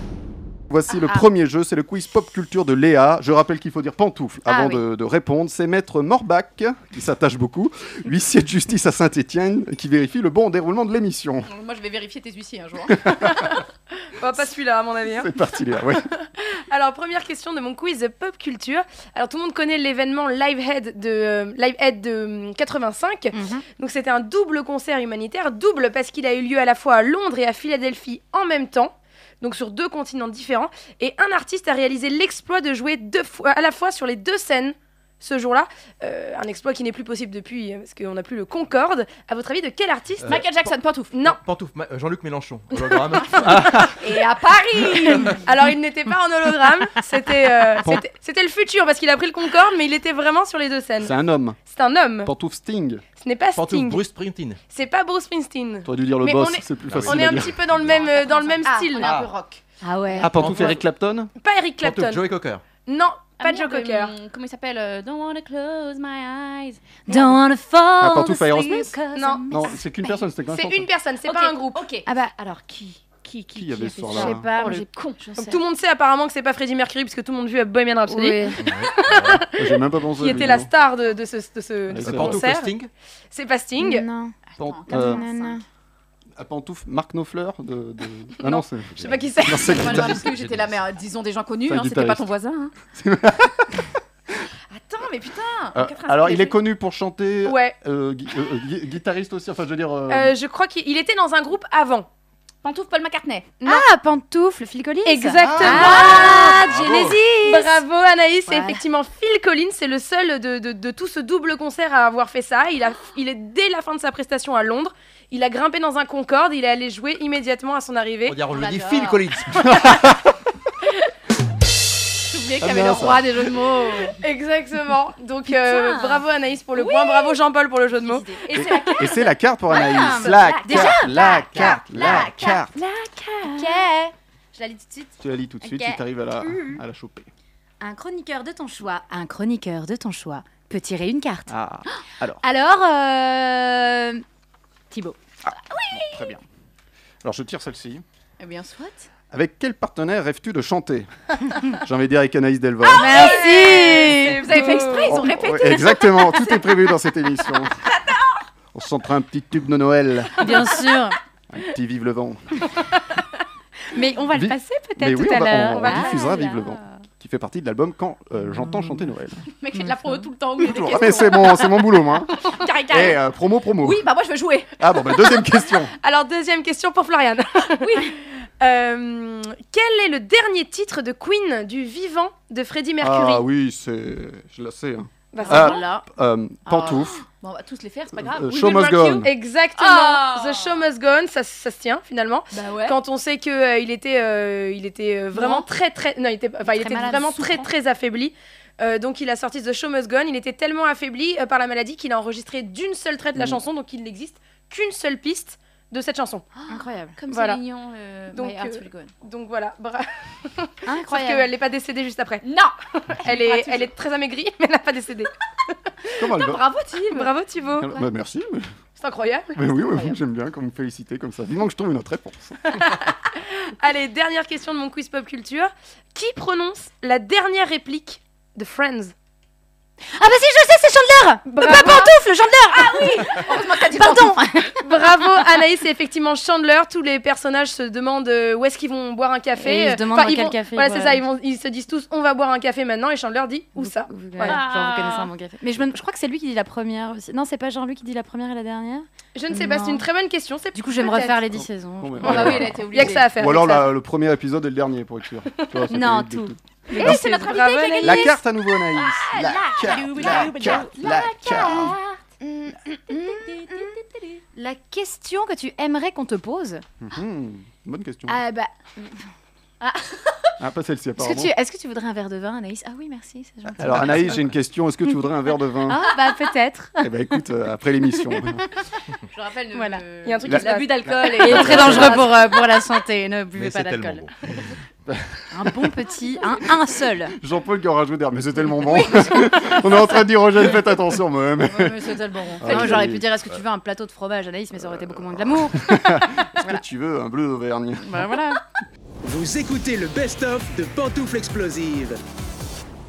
B: Voici le premier jeu, c'est le quiz pop culture de Léa. Je rappelle qu'il faut dire pantoufle
N: Ah
B: avant
N: oui.
B: de, de répondre. C'est Maître Morbac, qui s'attache beaucoup, huissier de justice à Saint-Étienne, qui vérifie le bon déroulement de l'émission.
P: Moi, je vais vérifier tes huissiers un jour.
D: Bah, pas celui-là, à mon avis. hein.
B: C'est parti, Léa, ouais.
D: Alors, première question de mon quiz pop culture. Alors, tout le monde connaît l'événement Livehead de, euh, Livehead de euh, 85.
P: Mhm.
D: Donc, c'était un double concert humanitaire. Double parce qu'il a eu lieu à la fois à Londres et à Philadelphie en même temps. Donc, sur deux continents différents. Et un artiste a réalisé l'exploit de jouer deux fois, à la fois sur les deux scènes ce jour-là. Euh, un exploit qui n'est plus possible depuis, euh, parce qu'on n'a plus le Concorde. À votre avis, de quel artiste
P: Euh, Michael Jackson,
D: Pantouf. Non.
Q: Pantouf, Ma- euh, Jean-Luc Mélenchon, hologramme.
B: Ah,
D: Et à Paris Alors il n'était pas en hologramme, c'était euh,
B: Pan-
D: c'était- c'était le futur parce qu'il a pris le Concorde, mais il était vraiment sur les deux scènes.
B: C'est un homme.
D: C'est un homme.
B: Pantouf Sting.
D: Ce n'est pas
Q: Pantouf,
D: Sting.
Q: Bruce Springsteen.
D: C'est pas Bruce Springsteen.
B: T'aurais dû dire le
D: Mais
B: boss,
D: on est-
B: c'est plus
Q: Ah oui.
B: facile.
D: On est
B: à
D: un
B: dire.
D: petit peu dans le même, euh, dans le même style.
P: on est un
D: peu rock. Ah ouais.
B: Ah, Pantouf, Eric Clapton
D: Pas Eric Clapton.
Q: Pantouf, Joey Cocker.
D: Non, pas
P: Ah merde,
D: Joe Cocker.
P: hum, Comment il s'appelle euh, Don't wanna close my eyes.
M: Don't wanna fall
B: Ah, Pantouf,
M: asleep
B: Aerosmith
M: 'cause
D: Non.
M: I'm
B: Non, c'est qu'une personne, c'était qu'un
D: C'est
B: chanteur.
D: une personne, c'est
P: Ok,
D: pas un groupe.
P: Ok.
M: Ah bah alors qui Qui
B: Qui y avait ce
M: Je sais
B: soir-là
M: pas,
D: Oh,
M: mais
D: le
M: j'ai con. Je
D: Donc,
M: sais.
D: tout le monde sait apparemment que c'est pas Freddie Mercury parce que tout le monde vu à Bohemian Rhapsody.
B: Ah, J'ai même pas pensé. à
D: Qui
B: lui,
D: était la
B: non.
D: star de, de ce, de ce, de
B: Ah,
D: ce
B: c'est Pantouf,
D: concert.
B: Sting
D: C'est pas Sting.
M: Non.
B: Pan- euh,
M: Nanana.
B: à Pantouf, Marc Nofleur de, de... Ah non,
P: Non,
B: c'est...
P: je sais pas qui c'est.
B: Non, c'est le
P: Moi, je me rappelle
B: guitariste.
P: plus, j'étais là, mais euh, disons des gens connus,
B: C'est un
P: hein, c'était pas
B: guitariste.
P: ton voisin. hein. Ah, Attends, mais putain
B: Euh,
P: en 85,
B: alors, il
P: avait-
B: est connu pour chanter.
D: Ouais.
B: euh, gui- euh, gui- guitariste aussi, enfin, je veux dire. euh,
D: Euh, je crois qu'il il était dans un groupe avant.
P: Pantouf Paul McCartney.
D: Ah, Pantoufle, Phil Collins. Exactement.
P: Ah,
M: Ah, Genesis.
D: Bravo Anaïs.
M: Voilà.
D: Et effectivement, Phil Collins, c'est le seul de, de- de tout ce double concert à avoir fait ça. Il, a, il est dès la fin de sa prestation à Londres. Il a grimpé dans un Concorde. Il est allé jouer immédiatement à son arrivée.
Q: On dirait, on le
D: Ah,
Q: dit Phil Collins.
P: J'ai oublié
Q: Ah,
P: qu'il y avait
Q: bien,
P: le
Q: ça.
P: roi des jeux de mots.
D: Exactement. Donc euh,
P: Putain.
D: bravo Anaïs pour le point, bravo Jean-Paul pour le jeu de mots.
P: Et c'est
B: Et c'est la carte pour Anaïs.
P: Ah,
B: la,
P: bah,
B: carte,
P: déjà
B: la carte, la carte,
M: La carte.
L: Ok. Je la lis tout de suite.
B: Tu la lis tout de suite
L: Ok.
B: et t'arrives à la,
L: Mhm.
B: à la choper.
L: Un chroniqueur de ton choix, un chroniqueur de ton choix peut tirer une carte.
B: Ah, alors,
L: Alors, euh... Thibaut.
B: très bien. Alors, je tire celle-ci.
P: Eh bien, soit.
B: Avec quel partenaire rêves-tu de chanter J'ai envie de dire avec Anaïs Delva.
P: Merci Vous avez fait exprès, ils ont
B: Oh,
P: répété.
B: ouais, exactement, tout est prévu dans cette émission. On se centre un petit tube de Noël,
L: Bien sûr.
B: un petit Vive le vent.
L: Mais on va le
B: Vi-
L: passer
B: Mais
L: peut-être
B: oui,
L: tout
B: on
L: à
B: va, on,
L: l'heure. Ah.
B: diffusera Vive le vent, qui fait partie de l'album Quand euh, j'entends chanter Noël.
P: Le mec fait de la promo tout le temps. où il y a des
B: Ah, mais
P: questions.
B: c'est mon, c'est mon boulot, moi.
P: Carré, carré.
B: Et euh, promo, promo.
P: Oui, bah moi je veux jouer.
B: Ah bon, bah, deuxième question.
D: Alors deuxième question pour Floriane. oui. Euh, quel est le dernier titre de Queen du vivant de Freddie Mercury
B: Ah oui, c'est. Je la sais. Hein.
D: Bah, Ah.
B: Ah,
D: c'est bon.
P: Là.
B: euh, pantoufle.
P: Ah. Bon, on va tous les faire, c'est pas
B: Euh,
P: grave.
B: show must go on.
D: Exactement.
P: Ah.
D: The show must go on, ça, ça se tient finalement.
P: Bah ouais.
D: Quand on sait que euh, il était, euh, il était euh, vraiment
P: Mourant.
D: très très, non, il était, enfin, il
P: Très
D: était
P: malade,
D: vraiment
P: souffrant.
D: très très affaibli. Euh, donc il a sorti The Show Must Go On. Il était tellement affaibli euh, par la maladie qu'il a enregistré d'une seule traite la
P: Mm.
D: chanson, donc il n'existe qu'une seule piste de cette chanson.
P: Oh, Incroyable. Comme
D: Voilà.
P: voilà. Mignon, euh,
D: Donc,
P: My Heart
D: euh,
P: Will Go On.
D: Donc voilà, bra- Sauf
P: Incroyable.
D: qu'elle n'est pas décédée juste après.
P: Non
D: Elle
P: Ah,
D: est, elle est très amaigrie, mais elle n'a pas décédé.
B: Comment Oh, elle va
D: Bravo Thibaut Bravo Thibaut
B: Elle- bah, Merci. Mais,
D: C'est incroyable
B: mais oui, oui, j'aime bien quand vous me félicitez comme ça. Vivement que je trouve une autre réponse.
D: Allez, dernière question de mon quiz pop culture. Qui prononce la dernière réplique de Friends
L: Ah bah si, je sais, c'est Chandler Gendeleur Pas pantoufle, Gendeleur Ah oui Pardon
D: Bravo Anaïs, c'est effectivement Chandler. Tous les personnages se demandent euh, où est-ce qu'ils vont boire un café.
P: Et ils se
D: Euh,
P: demandent dans
D: ils
P: quel
D: vont-
P: café,
D: Voilà, c'est
P: voilà.
D: ça. Ils, vont- ils se disent tous on va boire un café maintenant et Chandler dit où ça Voilà.
P: Genre, vous connaissez un bon café. Mais je, me- je crois que c'est lui qui dit la première aussi. Non, c'est pas Jean-Luc qui dit la première et la dernière
D: Je ne sais pas, c'est une très bonne question.
P: Du coup, je vais me
D: peut-être.
P: refaire les 10 saisons.
B: Bon,
P: je
B: mais
P: pense.
B: voilà.
D: Il y a que ça à faire.
B: Ou alors
D: il y a que ça à
B: la- le premier épisode et le dernier pour écrire. Tu vois, ça
P: Non,
B: fait des-
P: tout.
B: des-
P: Eh,
B: Alors,
P: c'est notre invité
D: bravo,
P: qui a gagné
B: La carte à nouveau,
P: Ah,
B: Anaïs. La carte, la carte, la carte.
P: La question que tu aimerais qu'on te pose
B: Mhm. Bonne question.
P: Ah bah.
B: Euh,
P: Ah.
B: Ah, pas celle-ci,
P: Est-ce que,
B: apparemment.
P: tu... est-ce que tu voudrais un verre de vin, Anaïs Ah oui, merci. c'est gentil.
B: Alors, Anaïs, j'ai une question. Est-ce que tu voudrais un verre de vin
P: Ah bah peut-être.
B: Eh ben, écoute, euh, après l'émission.
P: Je rappelle, voilà. il
D: y a un truc
B: La- qui se
D: l'abus d'alcool
P: est
D: est
P: très dangereux pour, euh, pour la santé. Ne buvez
B: Mais
P: pas
B: c'est
P: d'alcool.
B: tellement
P: Un bon petit, un, un seul.
B: Jean-Paul qui en rajoute derrière. Mais c'est tellement bon. On est en train de dire aux jeunes, faites attention, moi. mais-
P: Ouais, mais c'est tellement bon.
B: Ah,
P: Non, J'aurais
B: oui.
P: pu dire est-ce que tu veux un plateau de fromage, Anaïs, mais ça aurait été beaucoup moins de l'amour.
B: Est-ce que tu veux un bleu d'Auvergne
P: Bah voilà.
J: Vous écoutez le best-of de Pantoufles Explosives.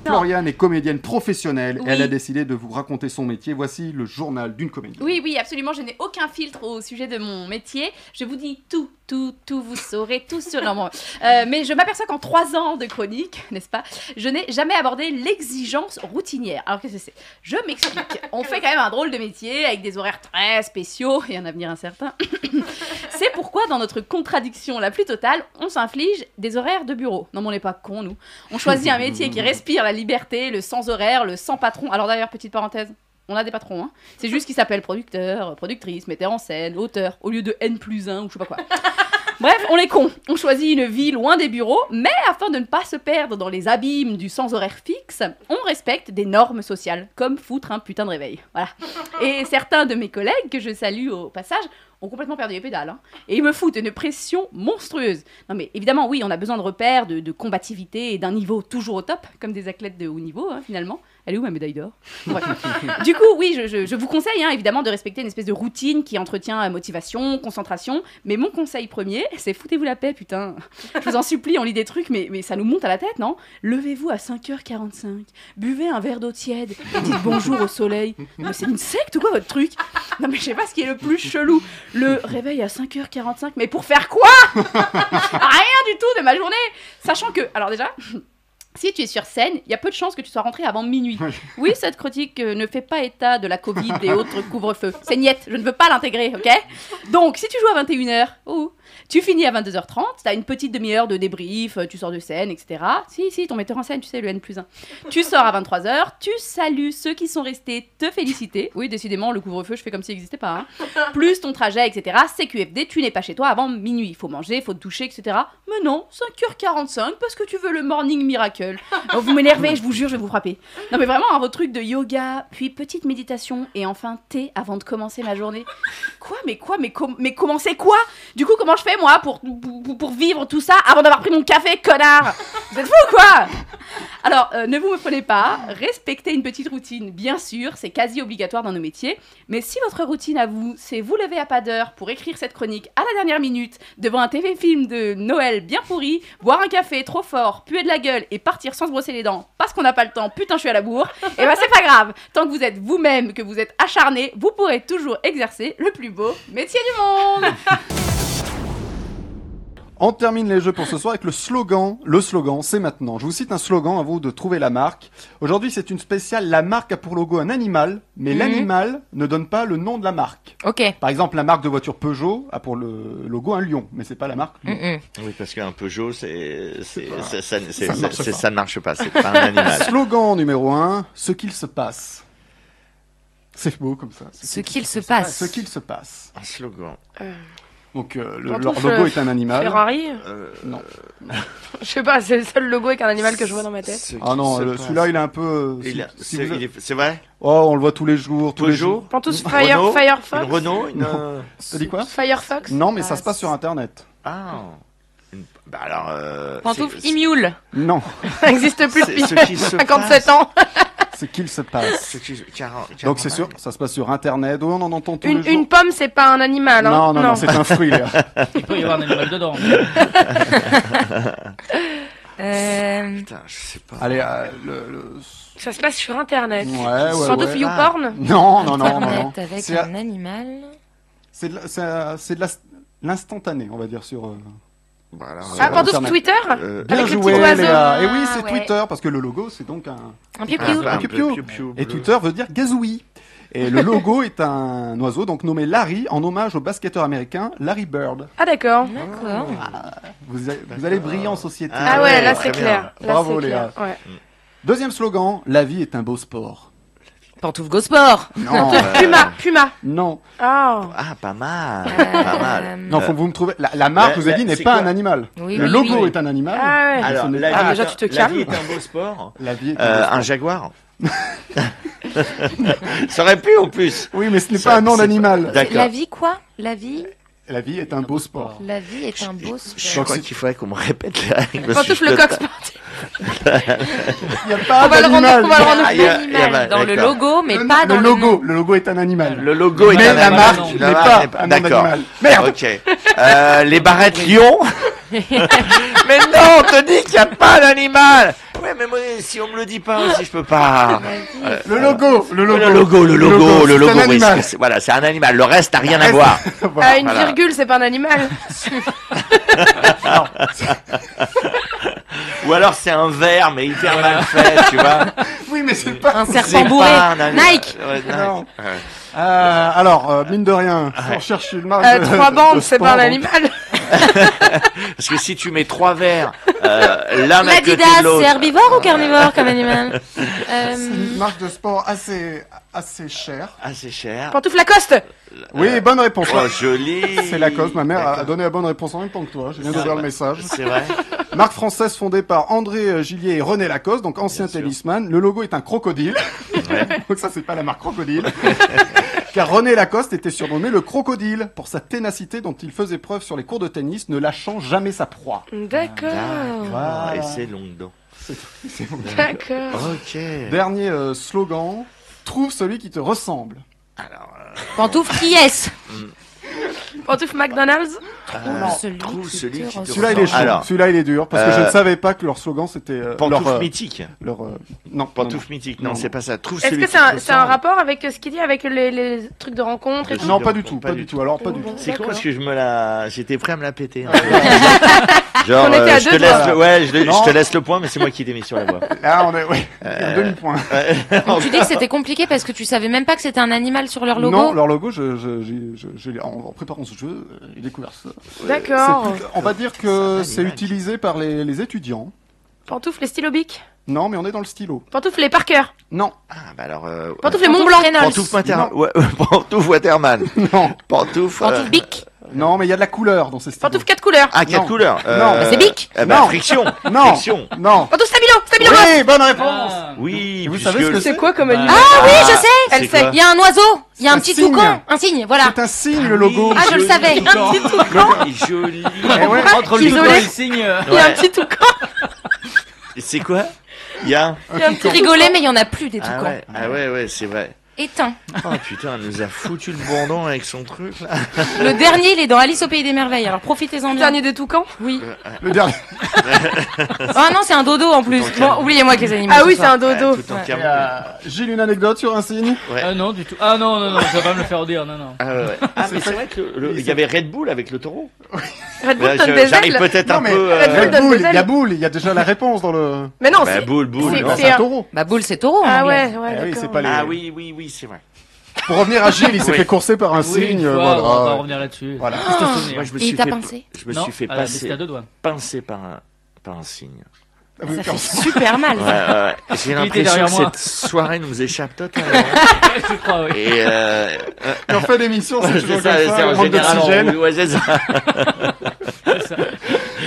B: Floriane est comédienne professionnelle
P: Oui.
B: et elle a décidé de vous raconter son métier. Voici le journal d'une comédienne.
P: Oui, oui, absolument, je n'ai aucun filtre au sujet de mon métier. Je vous dis tout, tout, tout, vous saurez tout sur... Non, bon, euh, mais je m'aperçois qu'en trois ans de chronique, n'est-ce pas, je n'ai jamais abordé l'exigence routinière. Alors qu'est-ce que c'est Je m'explique. On fait quand même un drôle de métier avec des horaires très spéciaux et un avenir incertain. C'est pourquoi, dans notre contradiction la plus totale, on s'inflige des horaires de bureau. Non, mais on n'est pas cons, nous. On choisit un métier qui respire la liberté, le sans horaire, le sans patron. Alors, d'ailleurs, petite parenthèse, on a des patrons, hein. C'est juste qu'ils s'appellent producteur, productrice, metteur en scène, auteur, au lieu de N plus 1 ou je sais pas quoi. Bref, on est cons. On choisit une vie loin des bureaux, mais afin de ne pas se perdre dans les abîmes du sans horaire fixe, on respecte des normes sociales, comme foutre un putain de réveil. Voilà. Et certains de mes collègues, que je salue au passage, ont complètement perdu les pédales. hein. Et ils me foutent une pression monstrueuse. Non mais évidemment, oui, on a besoin de repères, de, de combativité et d'un niveau toujours au top, comme des athlètes de haut niveau, hein, finalement. Elle est où ma médaille d'or du coup, oui, je, je- je vous conseille hein, évidemment de respecter une espèce de routine qui entretient euh, motivation, concentration. Mais mon conseil premier, c'est foutez-vous la paix, putain. Je vous en supplie, on lit des trucs, mais, mais ça nous monte à la tête, non Levez-vous à 5h45, buvez un verre d'eau tiède, et dites bonjour au soleil. Non, mais c'est une secte ou quoi votre truc Non, mais je sais pas ce qui est le plus chelou. Le réveil à 5h45, mais pour faire quoi Rien du tout de ma journée Sachant que, alors déjà. Si tu es sur scène, il y a peu de chances que tu sois rentré avant minuit. Oui, cette critique euh, ne fait pas état de la Covid et autres couvre-feux. C'est niette, je ne veux pas l'intégrer, ok Donc, si tu joues à 21h, oh, tu finis à 22h30, t'as une petite demi-heure de débrief, euh, tu sors de scène, etc. Si, si, ton metteur en scène, tu sais, le N plus 1. Tu sors à 23h, tu salues ceux qui sont restés te féliciter. Oui, décidément, le couvre-feu, je fais comme s'il n'existait pas. hein. Plus ton trajet, etc. CQFD, tu n'es pas chez toi avant minuit. Il faut manger, il faut te toucher, etc. Mais non, 5h45, parce que tu veux le morning miracle. Oh, vous m'énervez, je vous jure, je vais vous frapper. Non, mais vraiment, hein, vos trucs de yoga, puis petite méditation, et enfin thé avant de commencer ma journée. Quoi, mais quoi, mais, com- mais commencer quoi Du coup, comment je fais, moi, pour, pour, pour vivre tout ça avant d'avoir pris mon café, connard Vous êtes fous, ou quoi alors, euh, ne vous me prenez pas, respectez une petite routine, bien sûr, c'est quasi obligatoire dans nos métiers, mais si votre routine à vous, c'est vous lever à pas d'heure pour écrire cette chronique à la dernière minute, devant un TV-film de Noël bien pourri, boire un café trop fort, puer de la gueule et partir sans se brosser les dents parce qu'on n'a pas le temps, putain je suis à la bourre, et ben c'est pas grave, tant que vous êtes vous-même, que vous êtes acharné, vous pourrez toujours exercer le plus beau métier du monde
B: On termine les jeux pour ce soir avec le slogan. Le slogan, c'est maintenant. Je vous cite un slogan à vous de trouver la marque. Aujourd'hui, c'est une spéciale. La marque a pour logo un animal, mais
M: Mhm.
B: l'animal ne donne pas le nom de la marque.
M: Ok.
B: Par exemple, la marque de voiture Peugeot a pour le logo un lion, mais c'est pas la marque. lion.
F: Oui, parce qu'un Peugeot, c'est, c'est, c'est- ça, c'est-
B: Ça marche
F: c'est-
B: pas.
F: ça ne marche pas. C'est
M: Mhm.
F: pas un animal.
B: slogan numéro 1, ce qu'il se passe. C'est beau comme ça.
M: Ce qu'il se passe.
B: Ce qu'il se passe.
F: Un slogan.
B: Donc euh, le-
D: Quand
B: leur
D: on se-
B: logo est un animal. Euh,
D: Ferrari
B: Non.
D: Je sais pas, c'est le seul logo avec un animal que je vois dans ma tête.
B: Ah
F: qu'il
B: non,
F: se
B: le-
F: passe.
B: celui-là il est un peu. euh,
F: Il
B: si-
F: a-
B: si
F: c'est-
B: vous-
F: il est- c'est vrai
B: Oh, on le voit tous les jours, tous les
F: Peugeot
B: jours.
D: Pantoufle Fire-
F: Renault
D: Firefox
F: Une Renault une,
B: Non.
F: euh,
B: T'as dit quoi
D: Firefox
B: Non, mais ça se passe sur Internet.
F: Ah. une- Bah alors. euh,
D: Pantoufle
F: c'est-
D: Imule.
B: Non.
D: Ça n'existe plus
F: C'est
D: depuis
F: ce qui se
D: 57 ans.
B: Ce qu'il se passe.
F: c'est- c'est- quarante-
B: Donc c'est sûr, ça se passe sur Internet. où on en entend tous les
D: Une,
B: jours.
D: une pomme, c'est pas un animal. Hein.
B: Non, non, non, c'est un fruit. Là.
G: Il peut y avoir un animal dedans.
M: Euh,
F: Putain, je sais pas.
B: Allez, euh, le- le-
D: Ça se passe sur Internet.
B: Ouais, ouais,
D: Sans doute
B: ouais.
D: YouPorn
B: Non, non, non, non, non.
M: Internet avec
B: C'est-
M: un animal.
B: C'est de la- c'est, euh, c'est de la- l'instantané, on va dire, sur. euh, sur
D: Ah, pardon, sur
B: Internet.
D: Twitter
B: Bien
D: Avec le
B: joué,
D: petit oiseau.
B: Léa. Et oui, c'est
D: Ah, ouais.
B: Twitter, parce que le logo, c'est donc un.
D: Un piou-piou.
B: Un piou-piou.
D: Un piou-piou
B: Et Twitter veut dire gazouille. Et le logo est un oiseau, donc nommé Larry, en hommage au basketteur américain Larry Bird.
D: Ah, d'accord.
M: D'accord.
B: Ah, Vous, a- vous allez briller en société.
D: Ah ouais, là, c'est clair. Là,
B: Bravo,
D: c'est
B: Léa.
D: clair, ouais.
M: Mm.
B: Deuxième slogan La vie est un beau sport.
M: Pantoufle Go Sport
B: Non. euh,
D: Puma, Puma.
B: Non.
D: Oh.
F: Ah, pas mal. pas mal.
B: Non, faut que vous me trouvez. La, la marque,
F: Euh,
B: je vous ai
F: la-
B: dit, n'est
F: c'est
B: pas
F: quoi
B: un animal.
F: Oui,
B: le
F: oui,
B: logo
F: oui.
B: est un animal.
D: Ah ouais.
B: mais ce
F: Alors,
B: n'est
F: la
B: pas-
F: vie est un- la vie est un beau sport. Euh,
B: un
F: un jaguar. Ça aurait pu en plus.
B: Oui, mais ce n'est
F: Ça-
B: pas un nom
F: c'est pas-
B: d'animal.
M: La
F: D'accord.
M: vie quoi La vie
B: La vie est un beau sport.
M: La vie est un beau
F: Je
M: sport.
F: crois qu'il faudrait qu'on me répète la
M: Pantoufle
F: règle. parce que je
M: le
F: peux
M: coq
F: pas-
M: sportif.
B: Il n'y a pas
M: On va le rendre-
B: d'animal.
M: on va le rendre
F: Ah, il y a- il y a pas-
M: dans le
F: d'accord.
M: logo, mais pas dans
B: le
M: le
B: logo. Le logo est un animal.
F: Le logo est
B: Mais
F: un
B: la
F: animal.
B: marque
F: Non,
B: n'est
F: la
B: pas
F: marque n'est
B: un nom
F: D'accord.
B: d'animal. Merde.
F: Ok. Euh, les barrettes Lyon. mais non, on te dit qu'il n'y a pas d'animal. Ouais, mais moi, si on me le dit pas aussi, je peux pas. Euh,
B: Le logo. Le logo.
F: Le logo, le logo, le
B: c'est
F: logo.
B: un
F: oui,
B: animal.
F: c'est- c'est- Voilà, c'est un animal. Le reste n'a rien à voir.
D: Ah, une
F: Voilà.
D: virgule, c'est pas un animal.
F: Ou alors c'est un verre, mais hyper mal fait, tu vois. Mmh.
B: Oui, mais c'est pas
M: un
F: C'est
M: serpent bourré.
F: pas un animal.
M: Nike. Ah
F: Ouais, Nike.
B: Non.
F: Ouais.
B: Euh, alors, euh, mine de rien, on cherche une marque.
D: Euh,
B: de-
D: trois
B: de
D: bandes, c'est pas
B: sport,
D: un
B: donc-
D: animal.
F: Parce que si tu mets trois verres, euh, l'un à côté
M: L'Adidas,
F: de l'autre.
M: c'est herbivore ou carnivore comme animal Euh,
B: C'est une marque de sport assez, assez chère.
F: Assez cher.
D: Pantoufle Lacoste
B: Oui, bonne réponse.
F: Ah. Euh, Oh, joli.
B: C'est la cause. Ma mère a donné la bonne réponse en même temps que toi. Je viens
F: C'est
B: d'ouvrir
F: vrai.
B: le message.
F: C'est vrai.
B: Marque française fondée par André euh, Gillier et René Lacoste, donc ancien tennisman. Le logo est un crocodile. donc ça, c'est pas la marque crocodile. Car René Lacoste était surnommé le crocodile pour sa ténacité dont il faisait preuve sur les cours de tennis, ne lâchant jamais sa proie.
D: D'accord.
F: Ah,
B: Voilà.
F: Et c'est long dedans.
B: C'est bon.
D: D'accord.
F: Ok.
B: Dernier euh, slogan. Trouve celui qui te ressemble.
F: euh,
M: Pantoufle qui est-ce
D: Mm. Pantoufle McDonald's
F: Euh, trouve celui qui te
B: Celui-là, il est chaud.
F: ressemble. Alors,
B: Celui-là, il est dur parce que je
F: euh,
B: ne savais pas que leur slogan c'était. euh,
F: Pantoufle
B: leur, euh,
F: mythique.
B: Leur, euh, non,
F: Pantoufle mythique. Non, c'est pas ça. Trouve
D: Est-ce
F: celui
D: que
F: qui
D: c'est
F: te
D: un, c'est un
F: ressemble.
D: rapport avec euh, ce qu'il dit, avec les, les trucs de rencontre et tout
B: Non, pas du tout, pas du tout. Alors, pas du tout.
F: C'est con
D: D'accord.
F: parce que je me la. J'étais prêt à me la péter. hein.
D: On
F: Genre,
D: était à
F: euh, je te
D: deux
F: laisse
D: doigts.
F: le, ouais, je, le- je
B: Non.
F: te laisse le point, mais c'est moi qui t'ai mis sur la voie.
B: Là, on est, ouais, un
F: Euh,
B: demi-point.
M: Donc tu dis que c'était compliqué parce que tu savais même pas que c'était un animal sur leur logo
B: Non, leur logo, je, je, j'ai- je- j'ai- en en préparant ce jeu, euh, j'ai découvert ça.
D: D'accord.
B: C'est- On va dire que c'est utilisé par les, les étudiants.
D: Pantoufle les stylobiques
B: Non, mais on est dans le stylo.
D: Pantoufle les Parker
B: Non.
F: Ah, bah alors. euh, ouais.
D: Pantoufle les Montblanc
F: Pantoufle Water- ouais, Pantoufle Waterman.
B: Non.
F: Pantoufle. euh,
M: Bic
B: Non, mais il y a de la couleur dans ces stylos.
D: Pantoufle quatre couleurs
F: Ah, quatre
B: Non.
F: couleurs. euh,
B: Non. Bah, c'est
M: Bic.
F: eh bah,
B: Non.
F: Friction.
B: Non.
F: Friction.
B: Non.
D: Pantoufle Stabilo Stabilo
B: Oui, bonne réponse.
F: Oui,
B: Vous savez ce que c'est
D: C'est quoi comme animal
M: Ah oui, je sais
F: c'est
D: Elle
F: quoi
D: sait.
M: Il y a un oiseau, il y a un,
B: Un
M: petit
B: signe.
M: toucan, un signe, voilà.
B: C'est un signe, le logo.
M: Ah, je le savais.
F: Joli.
B: Eh ouais.
G: Entre le
D: Isolé.
G: logo et le signe. euh,
D: Il y a un
F: Ouais.
D: petit toucan
F: C'est quoi Il y a un-
D: Il y a un petit
M: Rigolé, mais il y en a plus des
F: Ah
M: toucans.
F: ouais, ah ouais, ouais, c'est vrai.
M: Éteint.
F: Oh putain, elle nous a foutu le bandon avec son truc là.
M: Le dernier, il est dans Alice au pays des merveilles. Alors profitez-en bien.
D: Dernier des toucans
M: Oui.
B: Le dernier.
M: Ah non, c'est un dodo en plus. Bon, oubliez-moi que les animaux.
D: Ah oui,
M: ce
D: c'est
M: soir.
D: un dodo
F: Ouais, tout en
M: Ouais.
B: Et,
F: camo.
B: euh, Gilles, une anecdote sur un signe
G: Ah non, du tout. Ah non, non, non, tu vas pas me le faire dire, non, non.
F: Ah, ouais, ouais. Ah, mais c'est vrai que le- le- il y avait Red Bull avec le taureau.
D: Red Bull
F: Là,
D: donne
F: je-
D: des
F: J'arrive
D: ailes
F: peut-être
B: Non,
F: un
B: mais-
F: peu.
D: Red
F: euh,
D: Bull.
B: La boule, il y a
D: Donne-le.
B: boule, il y a déjà la réponse dans le.
D: Mais non,
F: Bah,
D: c'est...
F: boule, boule.
D: c'est-
F: non.
B: Ah, C'est
D: un-
B: un taureau.
M: Bah boule, c'est taureau. en
D: Ah
M: anglais.
D: ouais, ouais,
B: Eh oui,
D: d'accord.
B: c'est pas les-
F: Ah oui, oui, oui, c'est vrai.
B: Pour revenir à Gilles, il s'est
F: Oui.
B: fait courser par un
G: Oui, une
B: signe.
G: fois,
B: voilà.
G: On va revenir là-dessus.
B: Voilà.
G: Juste un souvenir.
F: Ah, Moi, je me
M: Et
F: suis
M: il t'a
F: fait-
M: pincé
F: Je me
G: Non,
F: suis fait
G: ah, mais c'était à
F: pincer,
G: deux doigts.
F: pincer par un, par un signe.
B: Ah
M: Ça fait super mal.
F: Ouais, ouais, ouais. J'ai
G: était
F: l'impression
G: derrière
F: que
G: moi.
F: cette soirée nous échappe totalement.
G: Je crois, oui.
F: Et euh, euh,
B: Quand on fait l'émission, c'est
F: Ouais,
B: toujours
F: c'est
B: comme
F: ça, c'est
B: ça, on
F: en
B: manque
F: général en
B: d'oxygène.
F: roue, ouais, c'est ça.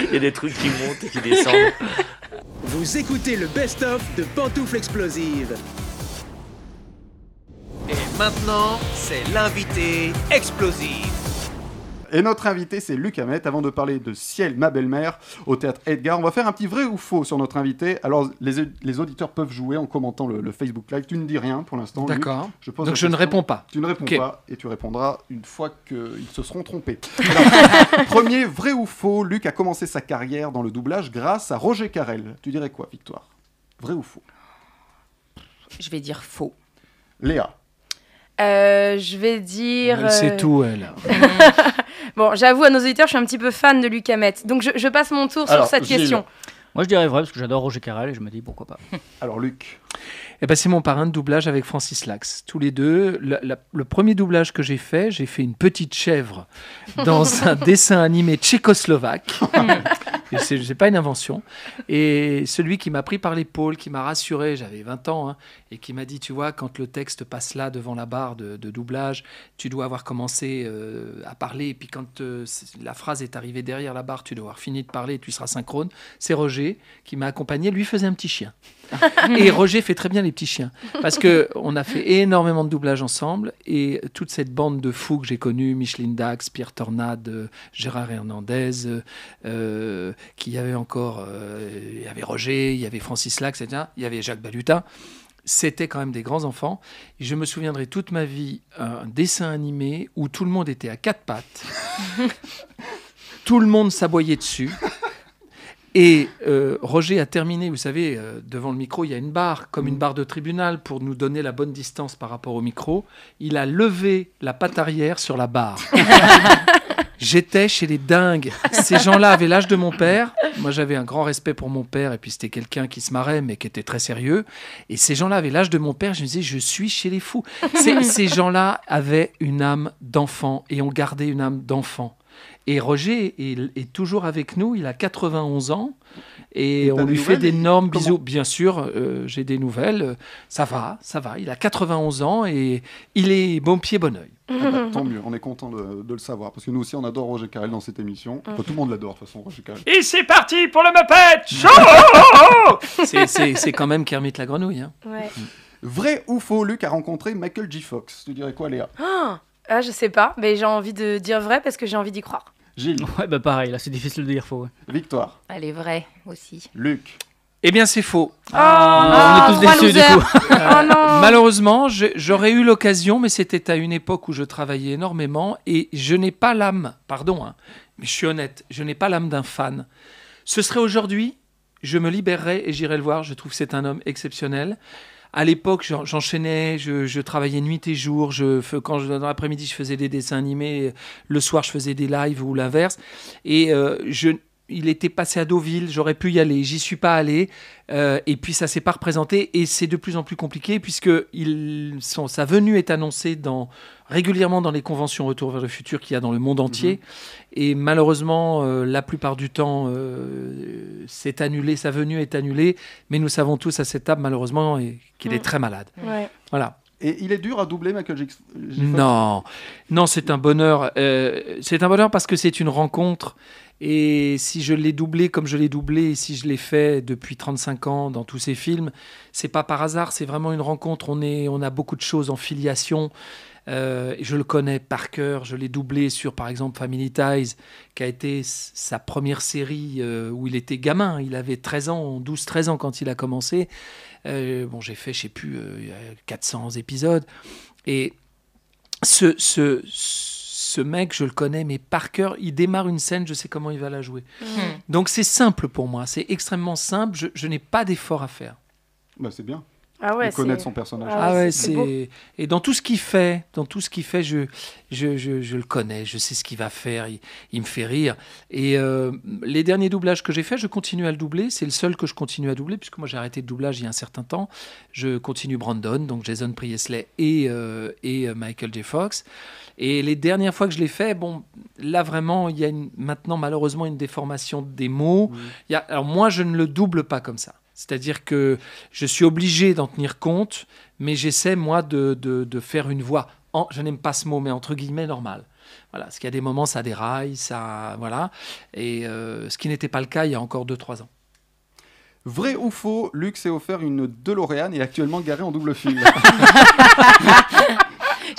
F: Il y a des trucs qui montent et qui descendent.
G: Ah,
J: Vous écoutez le best-of de Pantoufle Explosive.
H: Et maintenant, c'est l'invité explosif.
B: Et notre invité, c'est Luc Hamet. Avant de parler de Ciel, ma belle-mère, au théâtre Edgar, on va faire un petit vrai ou faux sur notre invité. Alors, les, les auditeurs peuvent jouer en commentant le, le Facebook Live. Tu ne dis rien pour l'instant. Luc.
N: D'accord.
B: pose
N: Donc
B: la
N: je ne
B: question.
N: réponds pas.
B: Tu ne réponds
N: Ok.
B: pas et tu répondras une fois qu'ils se seront trompés. Alors, premier vrai ou faux, Luc a commencé sa carrière dans le doublage grâce à Roger Carrel. Tu dirais quoi, Victoire Vrai ou faux
M: Je vais dire faux.
B: Léa.
D: Euh, je vais dire.
B: Elle sait
D: euh,
B: tout, elle.
D: bon, j'avoue à nos auditeurs, je suis un petit peu fan de Luc Hamet. Donc je, je passe mon tour sur cette question.
G: Moi, je dirais vrai parce que j'adore Roger Carrel et je me dis pourquoi pas.
B: Alors, Luc.
N: Eh ben, c'est mon parrain de doublage avec Francis Lax. Tous les deux, la- la- le premier doublage que j'ai fait, j'ai fait une petite chèvre dans un dessin animé tchécoslovaque. Et c'est c'est pas une invention. Et celui qui m'a pris par l'épaule, qui m'a rassuré, j'avais 20 ans, hein, et qui m'a dit, tu vois, quand le texte passe là devant la barre de, de doublage, tu dois avoir commencé euh, à parler, et puis quand euh, c'est- la phrase est arrivée derrière la barre, tu dois avoir fini de parler, et tu seras synchrone. C'est Roger qui m'a accompagné, lui faisait un petit chien. et Roger fait très bien les petits chiens, parce que on a fait énormément de doublage ensemble, et toute cette bande de fous que j'ai connue, Micheline Dax, Pierre Tornade, euh, Gérard Hernandez, euh, euh, qui y avait encore, euh, il y avait Roger, il y avait Francis Lax, etc. Il y avait Jacques Balutin. C'était quand même des grands enfants. Et je me souviendrai toute ma vie un dessin animé où tout le monde était à quatre pattes, tout le monde s'aboyait dessus. Et euh, Roger a terminé, vous savez, euh, devant le micro, il y a une barre, comme une barre de tribunal, pour nous donner la bonne distance par rapport au micro. Il a levé la patte arrière sur la barre. J'étais chez les dingues. Ces gens-là avaient l'âge de mon père. Moi, j'avais un grand respect pour mon père, et puis c'était quelqu'un qui se marrait, mais qui était très sérieux. Et ces gens-là avaient l'âge de mon père. Je me disais, je suis chez les fous. Ces- ces gens-là avaient une âme d'enfant, et ont gardé une âme d'enfant. Et Roger est, est toujours avec nous, il a 91 ans
I: Et
N: et,
I: t'as
N: on
I: des
N: lui fait
I: nouvelles
N: d'énormes bisous. Bien sûr, euh, j'ai des nouvelles, euh, ça va, ça va, il a 91 ans et il est bon pied, bon oeil.
B: Ah bah, tant mieux, on est content de, de le savoir. Parce que nous aussi, on adore Roger Carrel dans cette émission.
D: Mm.
B: Enfin, tout le monde l'adore, de toute façon, Roger Carrel.
N: Et c'est parti pour le Muppet C'est- C'est c'est quand même Kermit la grenouille. hein.
D: Ouais.
B: Mm. Vrai ou faux, Luc a rencontré Michael J. Fox. Tu dirais quoi, Léa
D: Ah, ah, je sais pas, mais j'ai envie de dire vrai parce que j'ai envie d'y croire.
B: Gilles.
G: Ouais, bah pareil, là, c'est difficile de dire faux. ouais.
B: Victoire.
M: Elle est vraie aussi.
B: Luc.
N: Eh bien, c'est faux.
M: Ah, on est tous Oh. trois déçus, du losers. coup. Oh non.
N: Malheureusement, j'ai- j'aurais eu l'occasion, mais c'était à une époque où je travaillais énormément et je n'ai pas l'âme, pardon, hein, mais je suis honnête, je n'ai pas l'âme d'un fan. Ce serait aujourd'hui, je me libérerais et j'irais le voir. Je trouve que c'est un homme exceptionnel. À l'époque, j'en- j'enchaînais, je, je travaillais nuit et jour. Je, fais- quand je- dans l'après-midi, je faisais des dessins animés. Le soir, je faisais des lives ou l'inverse. Et euh, je, il était passé à Deauville. J'aurais pu y aller. J'y suis pas allé. Euh, et puis, ça s'est pas représenté. Et c'est de plus en plus compliqué puisque il- son, sa venue est annoncée dans, régulièrement dans les conventions Retour vers le futur qu'il y a dans le monde entier. Et malheureusement, euh, la plupart du temps, euh, c'est annulé, sa venue est annulée. Mais nous savons tous à cette table, malheureusement, et- qu'il est
B: Mm.
N: très malade.
B: Ouais.
N: Voilà.
B: Et il est dur à doubler Michael J. Fox
N: Non, non, c'est un bonheur. Euh, c'est un bonheur parce que c'est une rencontre. Et si je l'ai doublé comme je l'ai doublé, et si je l'ai fait depuis 35 ans dans tous ces films, c'est pas par hasard, c'est vraiment une rencontre. On, est, on a beaucoup de choses en filiation. Euh, je le connais par cœur. Je l'ai doublé sur, par exemple, Family Ties, qui a été s- sa première série euh, où il était gamin. Il avait 13 ans, 12-13 ans quand il a commencé. Euh, bon, j'ai fait, je sais plus, euh, 400 épisodes. Et ce, ce, ce mec, je le connais, mais par cœur, il démarre une scène, je sais comment il va la jouer.
B: Mhm.
N: Donc c'est simple pour moi, c'est extrêmement simple, je, je n'ai pas d'effort à faire.
B: Bah, c'est bien.
D: Ah ouais,
B: De connaître
D: c'est-
B: son personnage.
N: Ah ouais,
D: beau.
N: c'est et dans tout ce qu'il fait, dans tout ce qu'il fait, je, je, je, je le connais, je sais ce qu'il va faire, il, il me fait rire. Et euh, les derniers doublages que j'ai faits, je continue à le doubler. C'est le seul que je continue à doubler puisque moi j'ai arrêté le doublage il y a un certain temps. Je continue Brandon, donc Jason Priestley et euh, et euh, Michael J. Fox. Et les dernières fois que je l'ai fait, bon, là vraiment, il y a une- maintenant malheureusement une déformation des mots. Il y a- alors moi, je ne le double pas comme ça. C'est-à-dire que je suis obligé d'en tenir compte, mais j'essaie, moi, de, de- de faire une voix, en, je n'aime pas ce mot, mais entre guillemets, normale. Voilà, parce qu'il y a des moments, ça déraille, ça... Voilà. Et euh, ce qui n'était pas le cas il y a encore 2-3 ans.
B: Vrai ou faux, Luc s'est offert une DeLorean et est actuellement garé en double fil.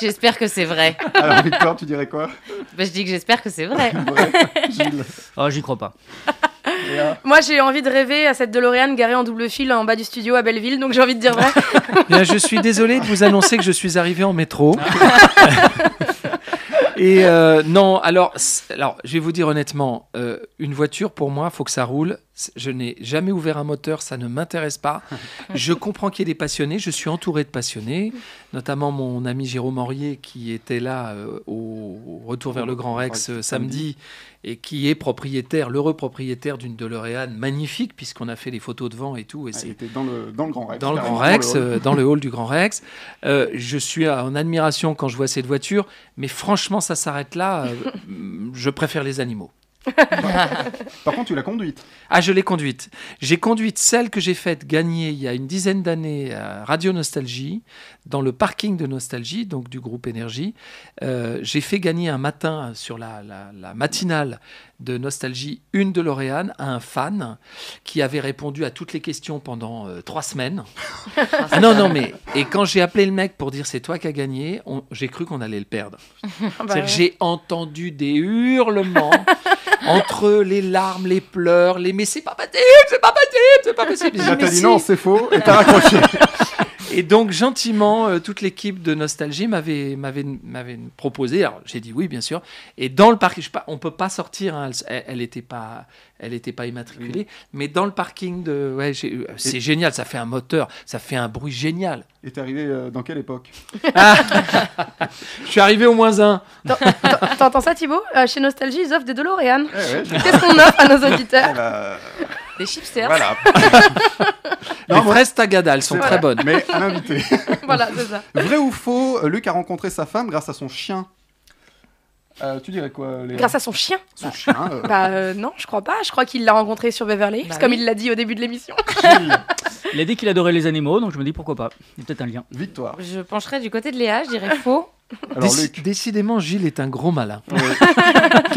M: J'espère que c'est vrai.
B: Alors, Victoire, tu dirais quoi
M: Bah, je dis que j'espère que c'est vrai.
G: Ah, j'y crois pas.
D: Moi, j'ai envie de rêver à cette DeLorean garée en double fil en bas du studio à Belleville, donc j'ai envie de dire vrai.
N: Bien, je suis désolé de vous annoncer que je suis arrivé en métro. Et euh, non, alors, c'est- alors, je vais vous dire honnêtement, euh, une voiture pour moi, faut que ça roule. C'est- Je n'ai jamais ouvert un moteur, ça ne m'intéresse pas. Je comprends qu'il y ait des passionnés, je suis entouré de passionnés, notamment mon ami Jérôme Henrier qui était là euh, au au retour vers le Grand Rex euh, samedi et qui est propriétaire, l'heureux propriétaire d'une DeLorean magnifique puisqu'on a fait les photos devant et tout. Et c'est
B: Ah, dans le, dans le Grand Rex.
N: dans le
B: carrément,
N: Grand Rex,
B: hall.
N: euh, dans le hall du Grand Rex. Euh, je suis euh, en admiration quand je vois cette voiture, mais franchement, ça s'arrête là. Euh, mm, je préfère les animaux.
D: Bah,
F: Bah,
B: Par contre, tu l'as conduite.
N: Ah, je l'ai conduite. J'ai conduite celle que j'ai faite gagner il y a une dizaine d'années à Radio Nostalgie, dans le parking de Nostalgie, donc du groupe Énergie. Euh, j'ai fait gagner un matin sur la, la- la matinale de Nostalgie une de Lorraine à un fan qui avait répondu à toutes les questions pendant euh, trois semaines. ah non, non, mais. Et quand j'ai appelé le mec pour dire c'est toi qui as gagné, on- j'ai cru qu'on allait le perdre.
R: bah
N: C'est-à-dire que
R: ouais.
N: J'ai entendu des hurlements entre les larmes, les pleurs, les mais c'est pas possible, c'est pas possible, c'est pas possible. J'ai dit,
B: Là, t'as
N: Mais
B: dit
N: si.
B: non, c'est faux, et t'as raccroché.
N: Et donc, gentiment, euh, toute l'équipe de Nostalgie m'avait, m'avait, m'avait proposé. Alors, j'ai dit oui, bien sûr. Et dans le parking, je sais pas, on peut pas sortir. hein, elle- elle n'était pas, elle était pas immatriculée. Mais dans le parking de, ouais, j'ai- euh, c'est génial. Ça fait un moteur, ça fait un bruit génial. Ah.
B: Et t'es arrivé euh, dans quelle époque
N: Je suis arrivé au moins un.
D: T'entends ça, Thibaut Euh, Chez Nostalgie, ils offrent des DeLorean.
B: ouais.
D: Qu'est-ce qu'on offre à nos auditeurs
B: Eh ben,
D: Des chipsters.
B: Voilà.
N: Les fraises Tagada, elles sont
B: C'est
N: très
B: vrai,
N: bonnes.
B: Mais à l'invité.
D: Voilà, c'est ça.
B: Vrai ou faux, euh, Luc a rencontré sa femme grâce à son chien. Euh, tu dirais quoi Léa
D: Grâce à son chien.
B: Son chien. euh,
D: Bah euh, non, je crois pas. Je crois qu'il l'a rencontré sur Beverly Hills,
G: Bah
D: comme
G: oui.
D: il l'a dit au début de l'émission.
G: Il a dit qu'il adorait les animaux, donc je me dis pourquoi pas. Il y a peut-être un lien.
B: Victoire.
M: Je pencherais du côté de Léa, je dirais faux.
B: Ah,
N: Déci- Décidément, Gilles est un gros malin.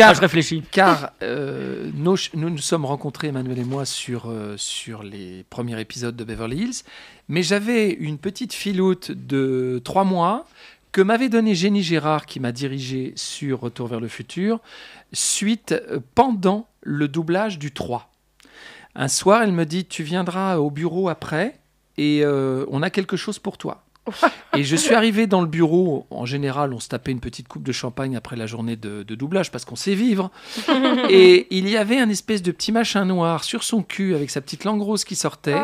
G: Ah, je réfléchis.
N: Car euh, nos ch- nous nous sommes rencontrés, Emmanuel et moi, sur, euh, sur les premiers épisodes de Beverly Hills. Mais j'avais une petite filoute de trois mois que m'avait donnée Jenny Gérard, qui m'a dirigé sur Retour vers le futur, suite euh, pendant le doublage du 3. Un soir, elle me dit Tu viendras au bureau après et euh, on a quelque chose pour toi. Et je suis arrivé dans le bureau. En général, on se tapait une petite coupe de champagne après la journée de, de doublage parce qu'on sait vivre. Et il y avait un espèce de petit machin noir sur son cul avec sa petite langue rose qui sortait.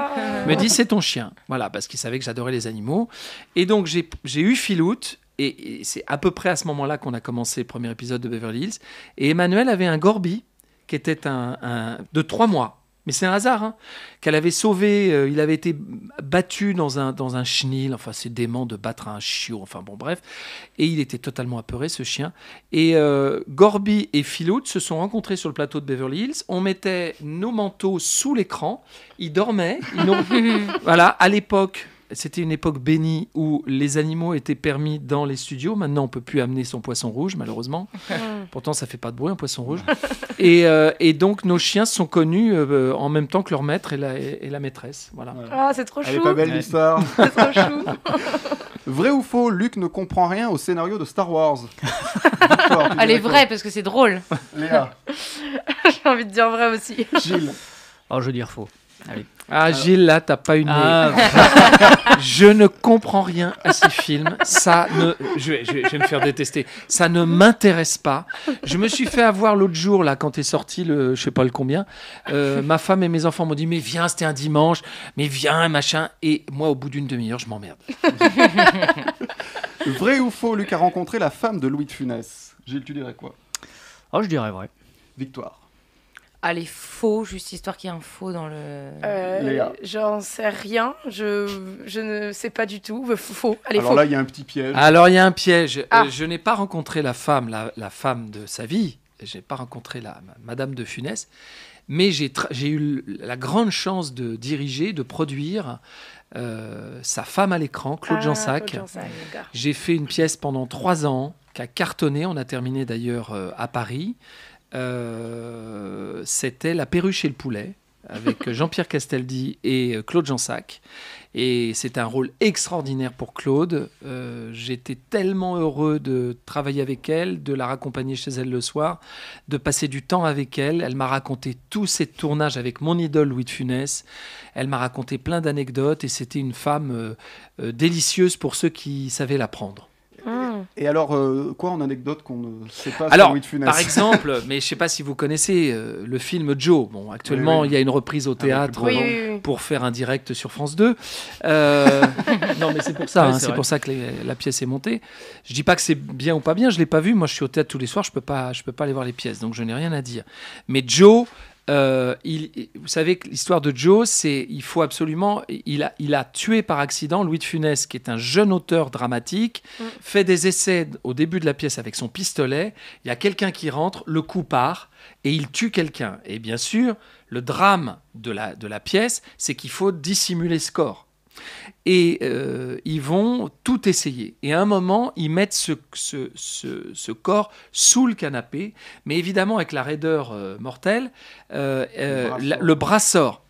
N: Me dit c'est ton chien. Voilà, parce qu'il savait que j'adorais les animaux. Et donc j'ai j'ai eu filoute. Et et c'est à peu près à ce moment-là qu'on a commencé le premier épisode de Beverly Hills. Et Emmanuel avait un Gorby qui était un, un- de trois mois. Mais c'est un hasard, hein, qu'elle avait sauvé. euh, il avait été battu dans un, dans un chenil. Enfin, c'est dément de battre un chiot. Enfin, bon, bref. Et il était totalement apeuré, ce chien. Et euh, Gorby et Philoute se sont rencontrés sur le plateau de Beverly Hills. On mettait nos manteaux sous l'écran. Ils dormaient. Ils n'ont- voilà, à l'époque. C'était une époque bénie où les animaux étaient permis dans les studios. Maintenant, on peut plus amener son poisson rouge, malheureusement. Pourtant, ça fait pas de bruit, un poisson rouge. et, euh, et donc, nos chiens se sont connus euh, en même temps que leur maître et la, et, et la maîtresse. Voilà.
D: Ah, c'est trop
B: Elle est pas belle
N: Ouais.
B: l'histoire. Vrai ou faux, Luc ne comprend rien au scénario de Star Wars. Victoire, tu
M: Elle est
B: dirais quoi
M: vraie parce que c'est drôle.
B: Léa.
D: J'ai envie de dire vrai aussi.
B: Gilles.
G: Oh, je veux dire faux. Allez. Euh,
N: Ah, Gilles, là, t'as pas une.
G: Ah.
N: je ne comprends rien à ces films. Ça ne. Je vais, je vais- je vais me faire détester. Ça ne m'intéresse pas. Je me suis fait avoir l'autre jour, là, quand est sorti le. Je sais pas le combien. Euh, ma femme et mes enfants m'ont dit Mais viens, c'était un dimanche. Mais viens, machin. Et moi, au bout d'une demi-heure, je m'emmerde.
B: Vrai ou faux, Luc a rencontré la femme de Louis de Funès. Gilles, tu dirais quoi
G: Oh, je dirais vrai.
B: Victoire.
M: Allez, faux, juste histoire qu'il y ait un faux dans le.
D: Euh,
B: Léa.
D: J'en sais rien. Je, je ne sais pas du tout. F- Faux. Allez,
B: Alors
D: faux.
B: là, il y a un petit piège.
N: Alors, il y a un piège. Euh,
D: Ah.
N: je n'ai pas rencontré la femme, la, la femme de sa vie. J'ai pas rencontré la ma- Madame de Funès, mais j'ai tra- j'ai eu l- la grande chance de diriger, de produire euh, sa femme à l'écran, Claude
D: Ah,
N: Jansac.
D: Claude Jansac, d'accord.
N: J'ai fait une pièce pendant trois ans qui a cartonné. On a terminé d'ailleurs euh, à Paris. Euh, C'était La perruche et le poulet. avec Jean-Pierre Castaldi et euh, Claude Jansac. Et c'est un rôle extraordinaire pour Claude. Euh, J'étais tellement heureux de travailler avec elle, de la raccompagner chez elle le soir, de passer du temps avec elle. Elle m'a raconté tous ses tournages avec mon idole Louis de Funès. Elle m'a raconté plein d'anecdotes et c'était une femme euh, euh, délicieuse pour ceux qui savaient la prendre.
B: Et alors, euh, quoi en anecdote qu'on ne sait pas sur
N: Alors,
B: Ah, Louis de Funès
N: par exemple, mais je sais pas si vous connaissez euh, le film Joe. Bon, actuellement,
B: Oui, oui.
N: il y a une reprise au théâtre
B: plus grand
N: euh,
B: nom. Oui, oui, oui.
N: pour faire un direct sur France 2. Euh, non, mais c'est pour ça, hein,
B: Oui, c'est
N: c'est
B: vrai.
N: pour ça que les- la pièce est montée. Je dis pas que c'est bien ou pas bien, je l'ai pas vu. Moi, je suis au théâtre tous les soirs, je peux pas, je peux pas aller voir les pièces, donc je n'ai rien à dire. Mais Joe. euh, il, il- vous savez que l'histoire de Joe, c'est il faut absolument. Il a, il a tué par accident Louis de Funès, qui est un jeune auteur dramatique, fait des essais au début de la pièce avec son pistolet. Il y a quelqu'un qui rentre, le coup part et il tue quelqu'un. Et bien sûr, le drame de la, de la pièce, c'est qu'il faut dissimuler ce corps. Et euh, ils vont tout essayer. Et à un moment, ils mettent ce, ce, ce- ce corps sous le canapé. Mais évidemment, avec la raideur euh, mortelle, euh, euh,
B: bras
N: la-
B: sort.
N: le bras sort.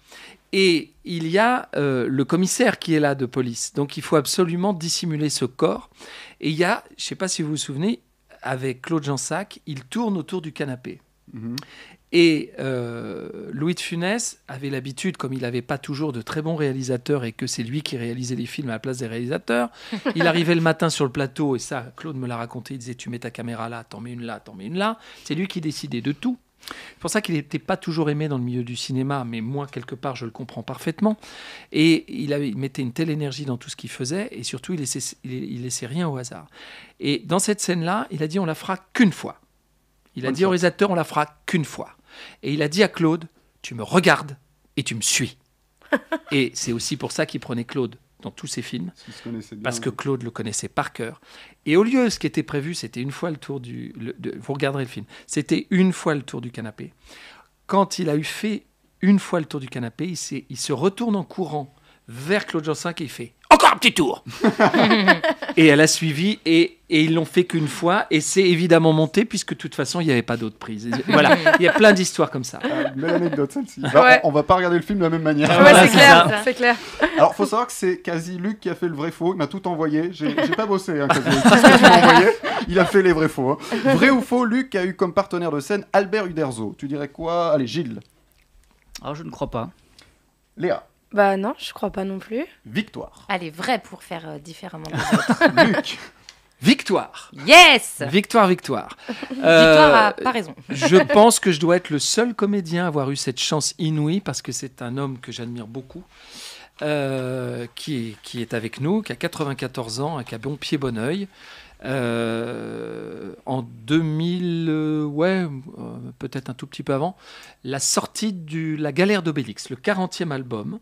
N: Et il y a euh, le commissaire qui est là de police. Donc il faut absolument dissimuler ce corps. Et il y a, je ne sais pas si vous vous souvenez, avec Claude Jansac, il tourne autour du canapé. Et euh, Louis de Funès avait l'habitude, comme il n'avait pas toujours de très bons réalisateurs et que c'est lui qui réalisait les films à la place des réalisateurs, il arrivait le matin sur le plateau, et ça, Claude me l'a raconté, il disait tu mets ta caméra là, t'en mets une là, t'en mets une là. C'est lui qui décidait de tout. C'est pour ça qu'il n'était pas toujours aimé dans le milieu du cinéma, mais moi, quelque part, je le comprends parfaitement. Et il, avait, il mettait une telle énergie dans tout ce qu'il faisait, et surtout, il laissait, il, il laissait rien au hasard. Et dans cette scène-là, il a dit on la fera qu'une fois. Il a dit au réalisateur, on la fera qu'une fois. Et il a dit à Claude, tu me regardes et tu me suis. et c'est aussi pour ça qu'il prenait Claude dans tous ses films, parce que Claude le connaissait par cœur. Et au lieu, ce qui était prévu, c'était une fois le tour du... le- de- vous regarderez le film, c'était une fois le tour du canapé. Quand il a eu fait une fois le tour du canapé, il, s'est- il se retourne en courant vers Claude Jansin et il fait « Encore un petit tour !» Et elle a suivi et, et ils l'ont fait qu'une fois et c'est évidemment monté puisque de toute façon il n'y avait pas d'autre prise. Voilà, il y a plein d'histoires comme ça.
B: Ah, belle anecdote celle-ci. Bah,
D: Ouais.
B: on, on va pas regarder le film de la même manière.
D: Ouais, c'est clair, c'est clair.
B: Alors, faut savoir que c'est quasi Luc qui a fait le vrai faux. Il m'a tout envoyé. J'ai j'ai pas bossé. hein, quasi. C'est ce que tu m'as envoyé. Il a fait les vrais faux. hein. Vrai ou faux, Luc a eu comme partenaire de scène Albert Uderzo. Tu dirais quoi Allez, Gilles.
G: Alors, oh, je ne crois pas.
B: Léa,
D: Bah non, je crois pas non plus.
B: victoire.
M: Allez, vrai pour faire euh, différemment des autres.
B: Luc.
N: Victoire.
M: Yes
N: Victoire, victoire. Euh,
M: Victoire a pas raison.
N: je pense que je dois être le seul comédien à avoir eu cette chance inouïe parce que c'est un homme que j'admire beaucoup, euh, qui, est, qui est avec nous, qui a 94 ans, hein, qui a bon pied, bon oeil. Euh, en 2000, euh, ouais, euh, peut-être un tout petit peu avant, la sortie de La Galère d'Obélix, le 40e album.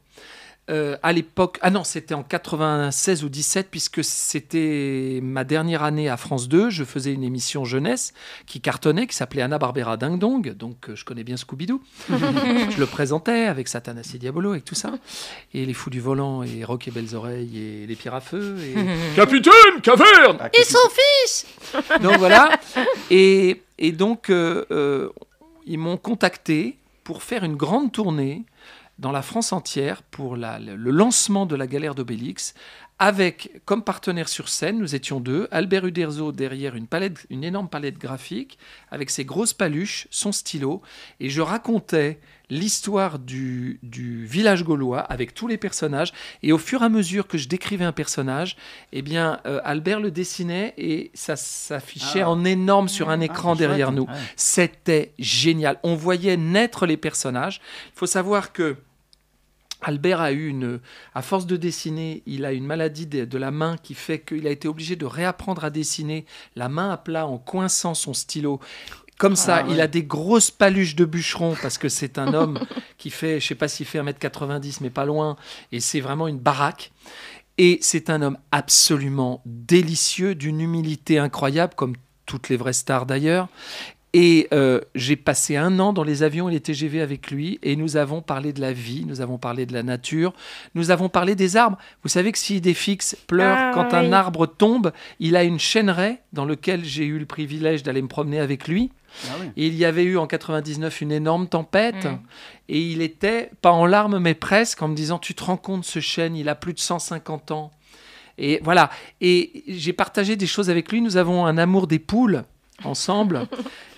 N: Euh, à l'époque, ah non, c'était en 96 ou 17, puisque c'était ma dernière année à France 2. Je faisais une émission jeunesse qui cartonnait, qui s'appelait Anna Barbera Ding Dong. Donc, euh, je connais bien Scooby-Doo. je le présentais avec Satanas et Diabolo et tout ça. Et Les Fous du Volant, et Rock et Belles Oreilles, et Les Pierres à Feu. Et...
R: Capitaine Caverne
N: Ah,
R: Ils s'en fichent
N: Donc voilà. Et, et donc, euh, euh, ils m'ont contacté pour faire une grande tournée dans la France entière pour la- le le lancement de la galère d'Obélix. Avec, comme partenaire sur scène, nous étions deux, Albert Uderzo derrière une, palette, une énorme palette graphique, avec ses grosses paluches, son stylo, et je racontais l'histoire du, du village gaulois avec tous les personnages, et au fur et à mesure que je décrivais un personnage, eh bien, euh, Albert le dessinait et ça s'affichait
K: Ah.
N: en énorme sur un écran
K: c'est chouette,
N: derrière
K: hein.
N: nous.
K: Ouais.
N: C'était génial. On voyait naître les personnages. Il faut savoir que Albert a eu une, à force de dessiner, il a une maladie de, de la main qui fait qu'il a été obligé de réapprendre à dessiner la main à plat en coinçant son stylo. Comme ça,
K: Ah ouais.
N: il a des grosses paluches de bûcheron parce que c'est un homme qui fait, je sais pas s'il fait 1m90, mais pas loin. Et c'est vraiment une baraque. Et c'est un homme absolument délicieux, d'une humilité incroyable, comme toutes les vraies stars d'ailleurs. Et euh, j'ai passé un an dans les avions et les TGV avec lui, et nous avons parlé de la vie, nous avons parlé de la nature, nous avons parlé des arbres. Vous savez que si des fixes pleurent
E: Ah,
N: quand
E: oui.
N: un arbre tombe, il a une chaîneraie dans laquelle j'ai eu le privilège d'aller me promener avec lui. Et il y avait eu en 99 une énorme tempête.
E: Mm.
N: Et il était, pas en larmes, mais presque, en me disant Tu te rends compte, ce chêne, il a plus de 150 ans. Et voilà. Et j'ai partagé des choses avec lui. Nous avons un amour des poules ensemble.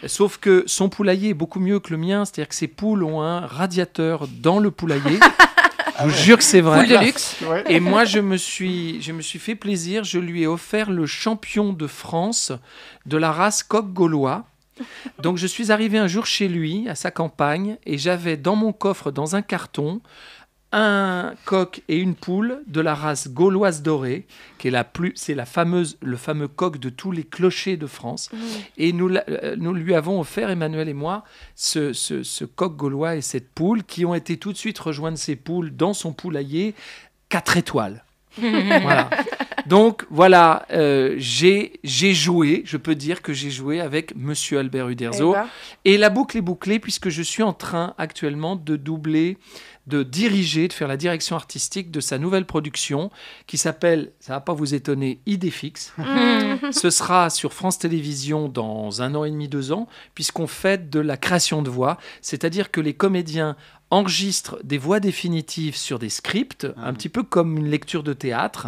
N: Sauf que son poulailler est beaucoup mieux que le mien. C'est-à-dire que ses poules ont un radiateur dans le poulailler. Je vous jure que c'est vrai.
E: Poule de luxe. Ouais.
N: Et moi, je me, suis, je me suis fait plaisir. Je lui ai offert le champion de France de la race coq gaulois. Donc je suis arrivé un jour chez lui, à sa campagne, et j'avais dans mon coffre, dans un carton, un coq et une poule de la race gauloise dorée, qui est la plus, c'est la fameuse, le fameux coq de tous les clochers de France.
E: Mmh.
N: Et nous, l'a- euh, nous lui avons offert, Emmanuel et moi, ce, ce- ce coq gaulois et cette poule, qui ont été tout de suite rejoindre ces poules dans son poulailler, quatre étoiles. voilà. Donc voilà, euh, j'ai j'ai joué, je peux dire que j'ai joué avec Monsieur Albert Uderzo.
E: Eh ben.
N: Et la boucle est bouclée puisque je suis en train actuellement de doubler, de diriger, de faire la direction artistique de sa nouvelle production qui s'appelle, ça va pas vous étonner, Idéfix.
E: Mhm.
N: Ce sera sur France Télévisions dans un an et demi, deux ans, puisqu'on fête de la création de voix, c'est-à-dire que les comédiens enregistrent des voix définitives sur des
E: Ah
N: scripts, un petit peu comme une lecture de théâtre,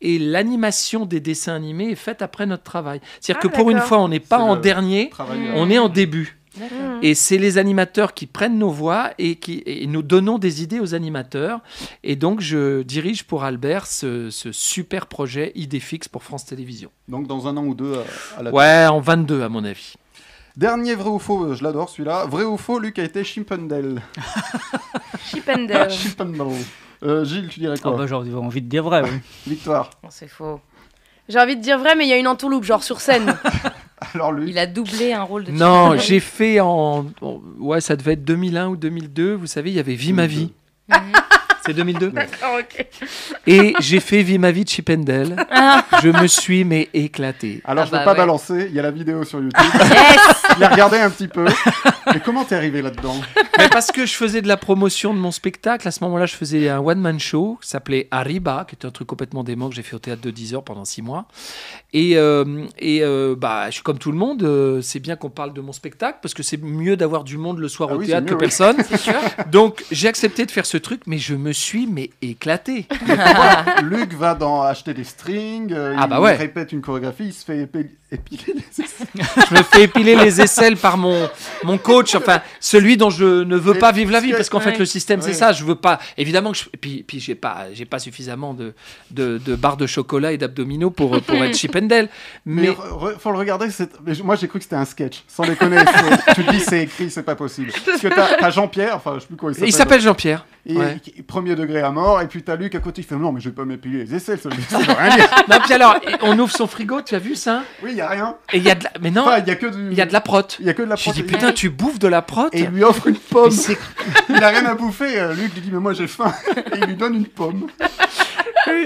N: et l'animation des dessins animés est faite après notre travail. C'est-à-dire
E: Ah,
N: que pour une
E: d'accord.
N: fois, on n'est pas
E: C'est
N: en
E: le
N: dernier,
E: travail de-
N: on est en début.
E: D'accord.
N: Et c'est les animateurs qui prennent nos voix et qui et nous donnons des idées aux animateurs. Et donc, je dirige pour Albert ce, ce super projet Idéfix pour France Télévisions.
B: Donc dans un an ou deux euh, à, à la
N: Ouais, en 22 à mon avis.
B: Dernier vrai ou faux, euh, je l'adore celui-là. Vrai ou faux, Luc a été Chimpendel.
D: Chippendale.
B: Chimpendel. Euh, Gilles, tu dirais quoi
G: Oh bah, j'aurais envie de dire vrai, oui.
B: Victoire.
M: C'est faux.
D: J'ai envie de dire vrai, mais il y a une entourloupe, genre sur scène.
B: Alors lui.
M: Il a doublé un rôle de.
N: Non, j'ai fait en. en- Ouais, ça devait être 2001 ou 2002. Vous savez, il y avait Vie ma vie. C'est 2002
D: D'accord, ok.
N: Et j'ai fait Vie ma vie de Chipendel.
D: Ah.
N: Je me suis mais éclaté.
B: Alors je ne
D: bah
N: ne
B: vais pas balancer, il y a la vidéo sur YouTube. Je l'ai regardé un petit peu. Mais comment t'es arrivé là-dedans
N: Mais parce que je faisais de la promotion de mon spectacle, à ce moment-là, je faisais un one-man show qui s'appelait Arriba, qui était un truc complètement dément que j'ai fait au théâtre de 10 heures pendant 6 mois. Et, euh, et euh, bah, je suis comme tout le monde, euh, c'est bien qu'on parle de mon spectacle parce que c'est mieux d'avoir du monde le soir
B: Ah
N: au
B: oui,
N: théâtre que
B: c'est mieux, oui.
N: personne.
B: C'est sûr.
N: Donc j'ai accepté de faire ce truc, mais je me suis mais éclaté.
B: Luc va dans acheter des strings, euh,
N: Ah
B: il
N: bah ouais.
B: répète une chorégraphie, il se fait épi- épiler les essais.
N: je me fais épiler les aisselles par mon, mon coach, enfin celui dont je ne veux pas vivre la vie, parce qu'en fait
B: Ouais.
N: le système
B: Ouais.
N: c'est ça. Je veux pas, évidemment que je, puis puis j'ai pas j'ai pas suffisamment de, de, de barres de chocolat et d'abdominaux pour pour être Chippendale.
B: Mais,
N: Mais
B: re- re- faut le regarder. c'est- mais je- moi, j'ai cru que c'était un sketch. Sans déconner, faut- tu te dis c'est écrit, c'est pas possible. Parce que t'as t'as Jean-Pierre, enfin, je sais plus quoi il s'appelle.
N: il s'appelle Jean-Pierre.
B: Et-
N: Ouais.
B: qui- Premier degré à mort, et puis t'as Luc à côté, il fait non, mais je vais pas m'épiler les aisselles, ça veut ça veut rien dire.
N: Non, puis alors, on ouvre son frigo, tu as vu ça
B: Oui, il y a rien.
N: Et il y a de la... Mais non,
B: Enfin, il y a que du-
N: il y a de la prote.
B: Il y a que de la
N: Je lui dis,
B: prote.
N: putain, tu bouffes de la prote
B: Et il lui offre une pomme.
N: Mais c'est-
B: Il a rien à bouffer. euh, Luc lui dit mais moi j'ai faim. Et il lui donne une pomme.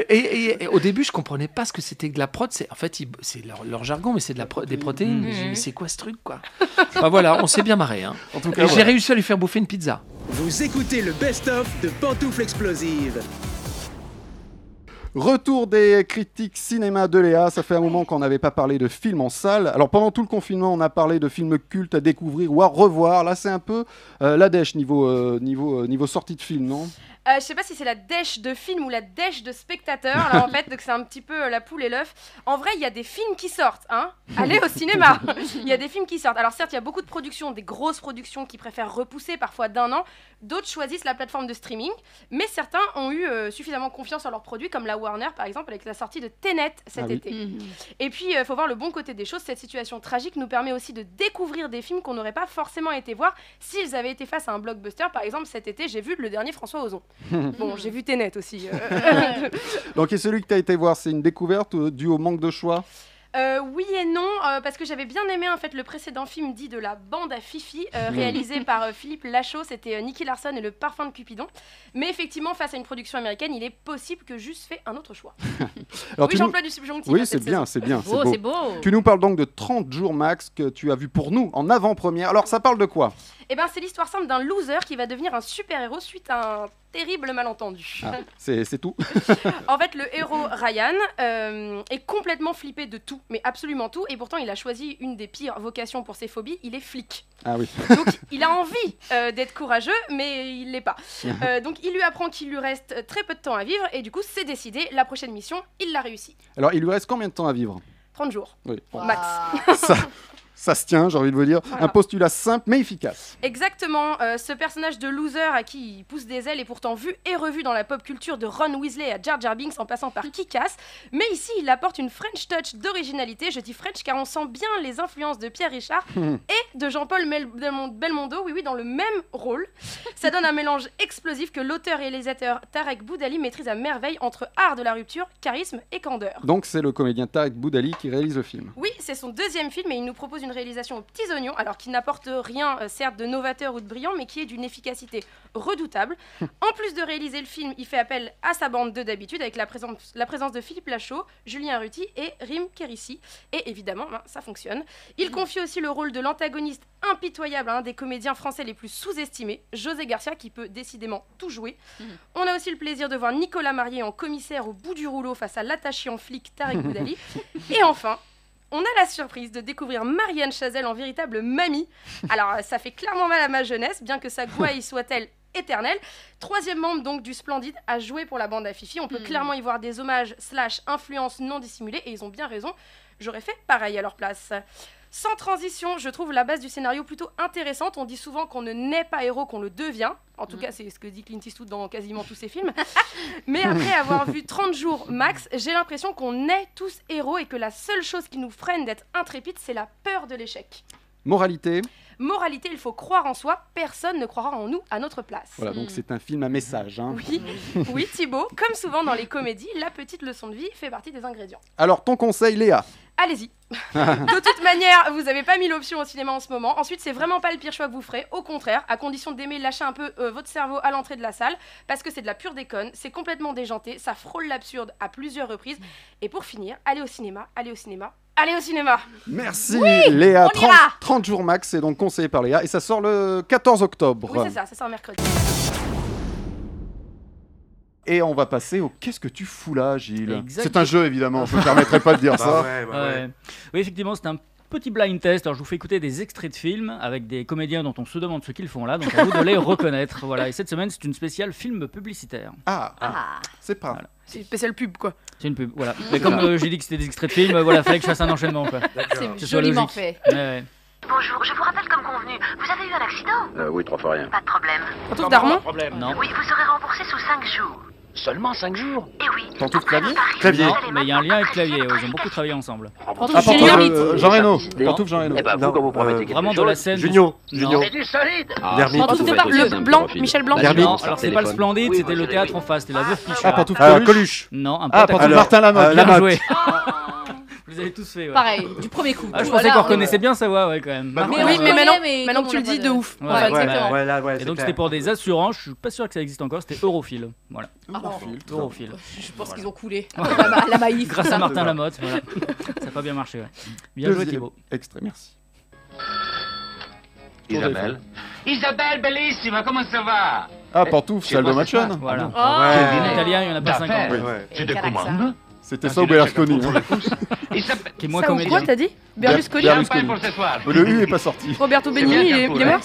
N: Et, et- et au début, je comprenais pas ce que c'était que de la prot. C'est en fait, ils- c'est leur, leur jargon, mais c'est de la pro- des protéines.
E: Mhm.
N: J'ai dit, Mais c'est quoi ce truc, quoi Bah voilà, on s'est bien marré. Hein.
B: En tout
J: cas,
N: et j'ai
J: voilà.
N: réussi à lui faire bouffer une pizza.
J: Vous écoutez le best-of de Pantoufles Explosives.
B: Retour des critiques cinéma de Léa. Ça fait un moment qu'on n'avait pas parlé de films en salle. Alors pendant tout le confinement, on a parlé de films cultes à découvrir ou à revoir. Là, c'est un peu euh, la dèche niveau, euh, niveau, euh, niveau sortie de film, non
D: Euh, je sais pas si c'est la dèche de film ou la dèche de spectateur. Alors en fait, donc c'est un petit peu euh, la poule et l'œuf. En vrai, il y a des films qui sortent. Hein Allez au cinéma. Il y a des films qui sortent. Alors certes, il y a beaucoup de productions, des grosses productions qui préfèrent repousser parfois d'un an. D'autres choisissent la plateforme de streaming. Mais certains ont eu euh, suffisamment confiance en leurs produits, comme la Warner par exemple, avec la sortie de Tenet cet
E: Ah oui.
D: été. Mhm. Et puis, il faut voir le bon côté des choses. Cette situation tragique nous permet aussi de découvrir des films qu'on n'aurait pas forcément été voir s'ils avaient été face à un blockbuster. Par exemple, cet été, j'ai vu le dernier François Ozon.
B: Mhm.
D: bon, j'ai vu Tenet aussi. euh.
B: Donc, et celui que tu as été voir, c'est une découverte euh, due au manque de choix
D: Euh, oui et non, euh, parce que j'avais bien aimé en fait le précédent film dit de la bande à Fifi, euh,
L: Mm.
B: Mhm.
D: réalisé par euh, Philippe Lachaud. C'était euh, Nicky Larson et le parfum de Cupidon. Mais effectivement, face à une production américaine, il est possible que juste fait un autre choix. Oui,
B: Alors, tu nous-
D: j'emploie du subjonctif à
B: Oui, c'est
D: cette
B: bien,
D: saison.
B: c'est bien.
D: C'est beau, Oh, c'est beau.
B: Tu nous parles donc de 30 jours max que tu as vu pour nous en avant-première. Alors, ça parle de quoi
D: Et ben, c'est l'histoire simple d'un loser qui va devenir un super héros suite à un terrible malentendu.
B: Ah, C'est c'est tout.
D: En fait, le héros Ryan euh, est complètement flippé de tout, mais absolument tout, et pourtant il a choisi une des pires vocations pour ses phobies, il est flic.
B: Ah oui.
D: Il a envie euh, d'être courageux, mais il l'est pas. Euh, donc il lui apprend qu'il lui reste euh, très peu de temps à vivre, et du coup c'est décidé, la prochaine mission, il l'a réussi.
B: Alors, il lui reste combien de temps à vivre
D: 30 jours.
B: Oui. bon.
D: Bah, Max.
B: Ça, ça se tient, j'ai envie de vous dire.
D: Voilà.
B: Un postulat simple mais efficace.
D: Exactement, euh, ce personnage de loser à qui il pousse des ailes est pourtant vu et revu dans la pop culture de Ron Weasley à Jar Jar Binks en passant par Kick-Ass, mais ici il apporte une French touch d'originalité, je dis French car on sent bien les influences de Pierre Richard
L: Mhm.
D: et de Jean-Paul Mel- Belmon- Belmondo, oui oui, dans le même rôle. Ça donne un mélange explosif que l'auteur et réalisateur Tarek Boudali maîtrise à merveille entre art de la rupture, charisme et candeur.
B: Donc, c'est le comédien Tarek Boudali qui réalise le film.
D: Oui, c'est son deuxième film et il nous propose une réalisation aux petits oignons, alors qu'il n'apporte rien, euh, certes, de novateur ou de brillant, mais qui est d'une efficacité redoutable. en plus de réaliser le film, il fait appel à sa bande de d'habitude, avec la présence, la présence de Philippe Lachaud, Julien Ruti et Rim Kérissi. Et évidemment, ben, ça fonctionne. Il confie aussi le rôle de l'antagoniste impitoyable à un des comédiens français les plus sous-estimés, José Garcia, qui peut décidément tout jouer. On a aussi le plaisir de voir Nicolas Marié en commissaire au bout du rouleau face à l'attaché en flic Tarek Boudali. Et enfin, on a la surprise de découvrir Marianne Chazelle en véritable mamie. Alors, euh, ça fait clairement mal à ma jeunesse, bien que sa gouaille soit-elle éternelle. Troisième membre donc du Splendide à jouer pour la bande à Fifi. On peut clairement y voir des hommages slash influences non dissimulées, et ils ont bien raison. J'aurais fait pareil à leur place. Sans transition, je trouve la base du scénario plutôt intéressante. On dit souvent qu'on ne naît pas héros, qu'on le devient. En tout cas, c'est ce que dit Clint Eastwood dans quasiment tous ses films. Mais après avoir vu 30 jours max, j'ai l'impression qu'on est tous héros et que la seule chose qui nous freine d'être intrépides, c'est la peur de l'échec.
B: Moralité.
D: Moralité, il faut croire en soi, personne ne croira en nous à notre place.
B: Voilà, donc c'est un film à message. hein.
D: Oui, oui, Thibaut, comme souvent dans les comédies, la petite leçon de vie fait partie des ingrédients.
B: Alors, ton conseil, Léa
D: Allez-y. De toute manière, vous n'avez pas mis l'option au cinéma en ce moment. Ensuite, c'est vraiment pas le pire choix que vous ferez. Au contraire, à condition d'aimer lâcher un peu euh, votre cerveau à l'entrée de la salle, parce que c'est de la pure déconne, c'est complètement déjanté, ça frôle l'absurde à plusieurs reprises. Et pour finir, allez au cinéma, allez au cinéma, allez au cinéma.
B: Merci
D: Oui,
B: Léa,
D: on ira.
B: 30, 30 jours max, c'est donc conseillé par Léa et ça sort le 14 octobre.
D: Oui, c'est ça, ça sort mercredi.
B: Et on va passer au Qu'est-ce que tu fous là, Gilles
G: Exact.
B: C'est un jeu évidemment, je ne me permettrai pas de dire
G: Bah
B: ça.
G: ouais, bah ouais. Oui, effectivement, c'est un petit blind test. Alors, je vous fais écouter des extraits de films avec des comédiens dont on se demande ce qu'ils font là, donc à vous de les reconnaître. Voilà. Et cette semaine, c'est une spéciale film publicitaire.
B: Ah, c'est pas.
D: C'est une spéciale pub, quoi.
G: C'est une pub, voilà.
D: Mmh.
G: Mais comme euh, j'ai dit que c'était des extraits de films, euh, voilà, fallait que je fasse un enchaînement. quoi.
E: C'est
G: Que ce soit
E: joliment
G: logique.
E: fait.
G: Ouais, ouais.
E: Bonjour, je vous rappelle comme convenu, vous avez eu un accident
G: Euh, oui, trois fois rien.
E: Pas de problème.
G: Pantoufle d'Armand Pas de problème. Non.
E: Oui, vous serez remboursé sous 5 jours. Seulement 5 jours Eh oui.
G: clavier
E: Clavier.
G: Non, mais il y a un lien avec clavier, ouais, ils ont beaucoup travaillé ensemble.
B: Pantoufle Ah, Pantoufle, Julien Lermite. euh, Jean Reno. Pantoufle Jean Reno.
G: Eh ben,
B: Non,
G: vous, quand vous promettez
B: euh,
G: quelque
B: vraiment
G: chose,
B: dans la scène-
G: Junio,
B: Junio.
G: non.
B: C'est du
E: solide.
G: Ah,
B: Lermite.
D: Pantoufle de Paris, le Blanc, Michel Blanc.
G: Bah,
B: Lermite.
G: non, alors c'est pas le
B: Téléphone.
G: Splendide, c'était le théâtre en face, c'était la veuve Pichard.
B: Ah, Pantoufle Ah, Coluche. Coluche.
G: Non, un
B: Ah,
G: pote à
B: Pantoufle
G: Coluche.
B: Martin Lamotte.
G: Ah, bien
B: Lamotte.
G: joué. Vous avez tous fait, ouais.
E: Pareil, du premier coup.
G: Ah, je
E: Voilà,
G: pensais qu'on
E: on-
G: reconnaissait bien sa voix, ouais, quand même.
E: Mais oui, mais maintenant, maintenant que tu le dis, de ouf.
G: Ouais,
E: Enfin,
G: ouais,
E: exactement.
G: ouais.
E: là, ouais,
G: Et
E: c'est
G: donc
E: clair.
G: c'était pour des assurances, je suis pas sûr que ça existe encore, c'était Europhile. Voilà.
E: Ah, Europhil, putain.
G: Europhil.
E: Je pense
G: Voilà.
E: qu'ils ont coulé. La ma- la maïf,
G: Grâce
E: putain.
G: à Martin Lamotte, voilà. Ça n'a pas bien marché, ouais. Bien joué
B: Deuxième
G: Thibaut.
B: Extrait, merci.
F: Isabelle.
S: Isabelle bellissima, comment ça va
B: Ah, Pantoufle, salle de match.
G: Voilà.
S: Ah,
G: Quel
S: ouais.
G: italien, il y en a pas
S: D'appel.
G: 50.
S: Ouais. Tu Et te Caraxa. commandes
B: C'était ça ou Berlusconi hein.
G: Qui est
D: Ça
G: moins
D: ou
G: comédien.
D: quoi, t'as dit Berlusconi.
B: Le U est pas sorti.
D: Roberto Benigni, il est- il est mort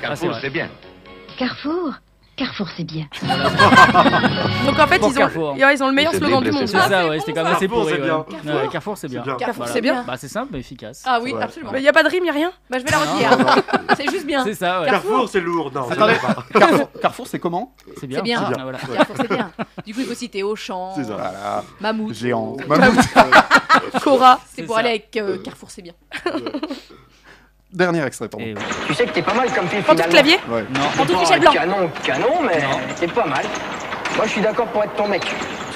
G: Carrefour, c'est
S: bien.
D: Carrefour Carrefour, c'est bien.
G: Voilà.
D: Donc en fait,
G: Pour
D: ils ont,
G: Carrefour.
D: ils ont le meilleur slogan du monde. Ah,
G: C'est ça, ouais, c'était quand même assez pourri. ouais.
D: bien.
G: Ouais, ouais, Carrefour, c'est bien.
D: C'est bien. Carrefour,
G: Voilà.
D: c'est bien.
G: Bah, c'est simple, mais efficace.
D: Ah oui,
G: Ouais.
D: absolument. Il n'y a pas de rime, il n'y a rien Bah, je vais la redire. c'est juste bien.
G: C'est ça, ouais.
S: c'est lourd, non.
B: Attendez, Carrefour, Carrefour, c'est comment
G: C'est Ah,
E: C'est bien.
B: C'est
E: Carrefour, c'est bien. Du coup, il faut citer Auchan.
B: C'est ça. Voilà.
E: Mammouth.
B: Géant. Mammouth. Euh,
E: Cora, c'est
B: C'est
E: pour
B: ça.
E: aller avec euh, Carrefour, c'est bien.
B: Dernier extrait
D: Eh
B: pour
S: Tu sais que t'es pas mal comme film.
E: Pantoufle
S: finalement.
E: clavier
B: Ouais.
S: Non.
E: Pantoufle
S: Bon,
E: Michel Blanc.
S: Canon, canon, mais t'es pas mal. Moi, je suis d'accord pour être ton mec.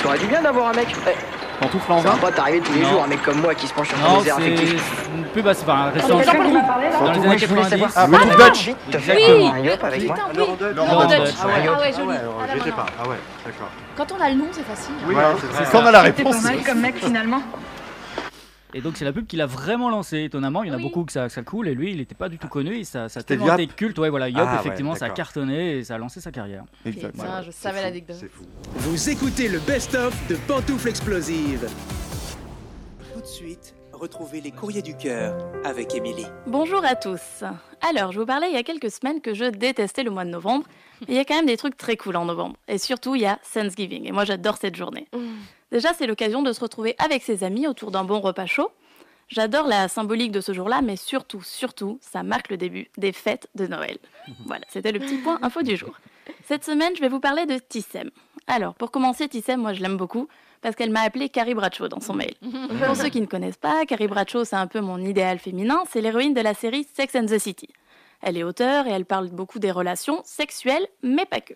S: T'aurais dit bien d'avoir un mec. Eh,
B: Pantoufle en
S: Ça
B: vin
S: va pas t'arriver tous les
G: Non.
S: jours, un mec comme moi qui se penche sur son
G: hein. Non,
S: désert
G: c'est
S: affectif.
G: une pub assez enfin, récente.
S: d'accord, on va parler, là.
G: Dans les
S: Surtout,
G: années
S: moi, je voulais
G: 90.
S: savoir- Ah, Laurent
G: Laurent
S: Dutch.
G: Dutch.
S: Exactement, un yop avec moi.
P: Putain,
S: Laurent
P: oui.
S: Dutch.
P: Laurent Dutch.
S: Ah ouais,
P: Ah ouais,
S: ah
P: joli.
S: ouais,
P: Ah là,
S: j'étais
P: voilà.
S: pas. Ah ouais, d'accord.
P: Quand on a le nom, c'est facile.
S: Oui,
G: Ouais,
S: c'est
G: c'est
S: vrai.
G: ça. Quand on a la réponse.
P: C'était pas mal comme mec finalement.
G: Et donc c'est la pub qu'il a vraiment lancée. Étonnamment, il y en a beaucoup que ça, que ça coule et lui, il n'était pas du tout connu. Et ça, ça a tellement
B: Yop.
G: été culte. Ouais, voilà, Yop,
B: Ah ouais,
G: effectivement, ça a
B: d'accord.
G: cartonné et ça a lancé sa carrière.
J: Exactement.
G: Voilà.
E: Ah,
J: Putain,
P: je savais l'anecdote.
J: Vous écoutez le best-of de Pantoufles Explosives.
T: Tout de suite, retrouvez les courriers du cœur avec Émilie.
U: Bonjour à tous. Alors, je vous parlais il y a quelques semaines que je détestais le mois de novembre, mais il y a quand même des trucs très cool en novembre. Et surtout, il y a Thanksgiving, et moi j'adore cette journée. Déjà, c'est l'occasion de se retrouver avec ses amis autour d'un bon repas chaud. J'adore la symbolique de ce jour-là, mais surtout, surtout, ça marque le début des fêtes de Noël. Voilà, c'était le petit point info du jour. Cette semaine, je vais vous parler de Tissem. Alors, pour commencer, Tissem, moi je l'aime beaucoup, parce qu'elle m'a appelée Carrie Bradshaw dans son mail. Pour ceux qui ne connaissent pas, Carrie Bradshaw, c'est un peu mon idéal féminin, c'est l'héroïne de la série Sex and the City. Elle est auteure et elle parle beaucoup des relations sexuelles, mais pas que.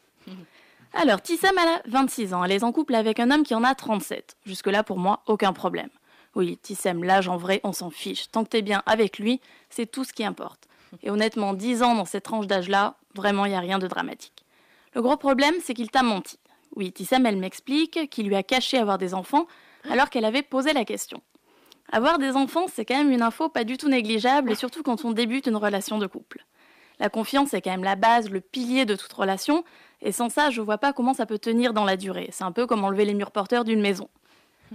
U: Alors, Tissam a 26 ans, elle est en couple avec un homme qui en a 37. Jusque-là, pour moi, aucun problème. Oui, Tissam, l'âge en vrai, on s'en fiche. Tant que t'es bien avec lui, c'est tout ce qui importe. Et honnêtement, 10 ans dans cette tranche d'âge-là, vraiment, il n'y a rien de dramatique. Le gros problème, c'est qu'il t'a menti. Oui, Tissam, elle m'explique qu'il lui a caché avoir des enfants alors qu'elle avait posé la question. Avoir des enfants, c'est quand même une info pas du tout négligeable, et surtout quand on débute une relation de couple. La confiance est quand même la base, le pilier de toute relation, et sans ça, je vois pas comment ça peut tenir dans la durée. C'est un peu comme enlever les murs porteurs d'une maison.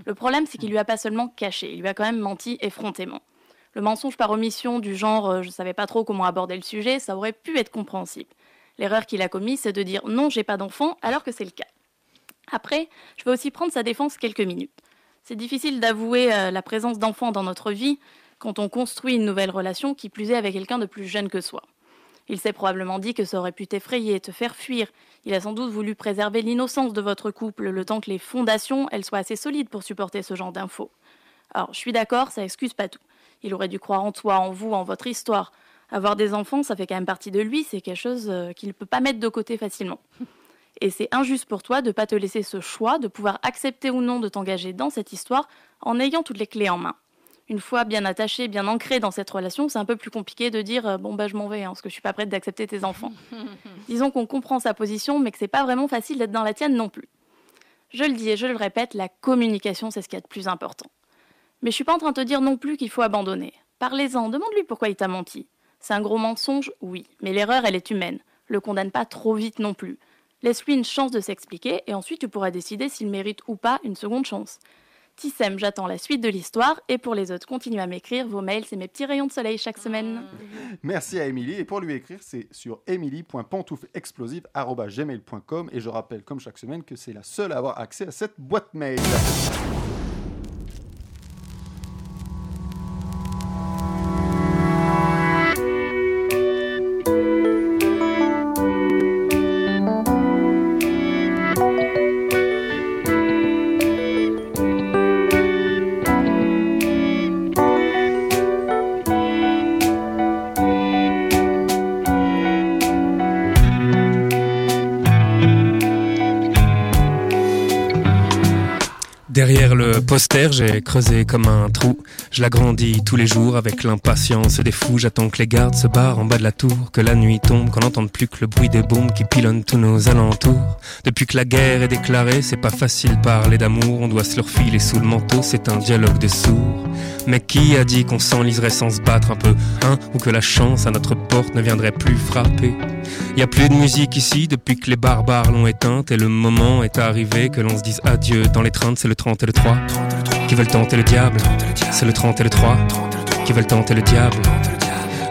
U: Le problème, c'est qu'il lui a pas seulement caché, il lui a quand même menti effrontément. Le mensonge par omission du genre euh, je savais pas trop comment aborder le sujet, ça aurait pu être compréhensible. L'erreur qu'il a commise, c'est de dire non, j'ai pas d'enfant, alors que c'est le cas. Après, je vais aussi prendre sa défense quelques minutes. C'est difficile d'avouer euh, la présence d'enfants dans notre vie quand on construit une nouvelle relation, qui plus est avec quelqu'un de plus jeune que soi. Il s'est probablement dit que ça aurait pu t'effrayer, te faire fuir. Il a sans doute voulu préserver l'innocence de votre couple, le temps que les fondations, elles soient assez solides pour supporter ce genre d'infos. Alors, je suis d'accord, ça excuse pas tout. Il aurait dû croire en toi, en vous, en votre histoire. Avoir des enfants, ça fait quand même partie de lui, c'est quelque chose euh, qu'il ne peut pas mettre de côté facilement. Et c'est injuste pour toi de ne pas te laisser ce choix de pouvoir accepter ou non de t'engager dans cette histoire en ayant toutes les clés en main. Une fois bien attaché, bien ancré dans cette relation, c'est un peu plus compliqué de dire euh, bon bah je m'en vais hein, parce que je suis pas prête d'accepter tes enfants. Disons qu'on comprend sa position mais que c'est pas vraiment facile d'être dans la tienne non plus. Je le dis et je le répète, la communication c'est ce qu'il y a de plus important. Mais je suis pas en train de te dire non plus qu'il faut abandonner. Parlez-en, demande-lui pourquoi il t'a menti. C'est un gros mensonge, oui, mais l'erreur elle est humaine. Le condamne pas trop vite non plus. Laisse-lui une chance de s'expliquer et ensuite tu pourras décider s'il mérite ou pas une seconde chance. Tissem, j'attends la suite de l'histoire et pour les autres, continuez à m'écrire vos mails, c'est mes petits rayons de soleil chaque semaine.
B: Merci à Émilie. Et pour lui écrire, c'est sur emily.pantouflexplosive.gmail.com. Et je rappelle, comme chaque semaine, que c'est la seule à avoir accès à cette boîte mail.
V: Derrière le poster, j'ai creusé comme un trou. Je l'agrandis tous les jours avec l'impatience des fous. J'attends que les gardes se barrent en bas de la tour, que la nuit tombe, qu'on n'entende plus que le bruit des bombes qui pilonnent tous nos alentours. Depuis que la guerre est déclarée, c'est pas facile parler d'amour. On doit se le refiler sous le manteau, c'est un dialogue de sourds. Mais qui a dit qu'on s'enliserait sans se battre un peu, hein Ou que la chance à notre porte ne viendrait plus frapper Y a plus de musique ici depuis que les barbares l'ont éteinte et le moment est arrivé que l'on se dise adieu dans les 30, c'est le 30 et le 3. Qui veulent tenter le diable, c'est le 30 et le 3. Qui veulent tenter le diable.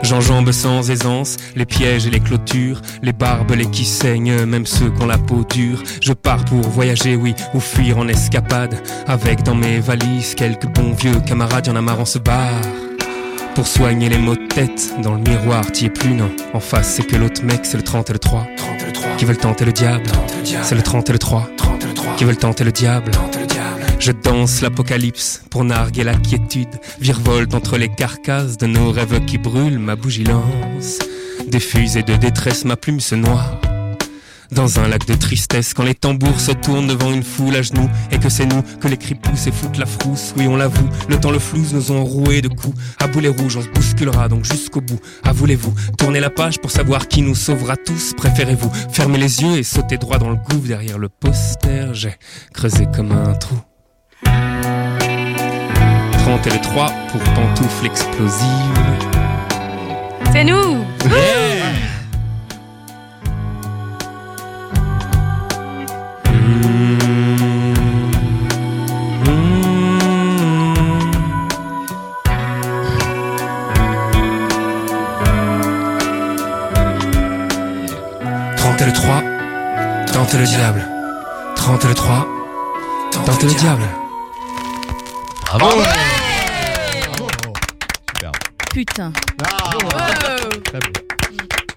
V: J'enjambe sans aisance les pièges et les clôtures, les barbes, les qui saignent, même ceux qu'on la peau dure. Je pars pour voyager, oui, ou fuir en escapade, avec dans mes valises quelques bons vieux camarades. Y'en a marre, on se barre. Pour soigner les maux de tête, dans le miroir, t'y es plus, non. En face, c'est que l'autre mec, c'est le 30 et le 3. Qui veulent tenter le diable, c'est le 30 et le 3. Qui veulent tenter le diable. Je danse l'apocalypse pour narguer la quiétude, virevolte entre les carcasses de nos rêves qui brûlent, ma bougie lance. Des fusées de détresse, ma plume se noie. dans un lac de tristesse quand les tambours se tournent devant une foule à genoux et que c'est nous que les cris poussent et foutent la frousse. Oui, on l'avoue, le temps, le flouze nous ont roué de coups. À boulet rouge, on se bousculera donc jusqu'au bout. Avouez-vous, tournez la page pour savoir qui nous sauvera tous. Préférez-vous fermer les yeux et sauter droit dans le gouffre derrière le poster. J'ai creusé comme un trou. 30 et le 3 pour pantoufles explosives.
L: C'est nous
V: Trente et le 3, tentez le diable. Trente et le 3, tentez le diable.
W: Bravo.
L: Putain.
W: Bravo. Très bien.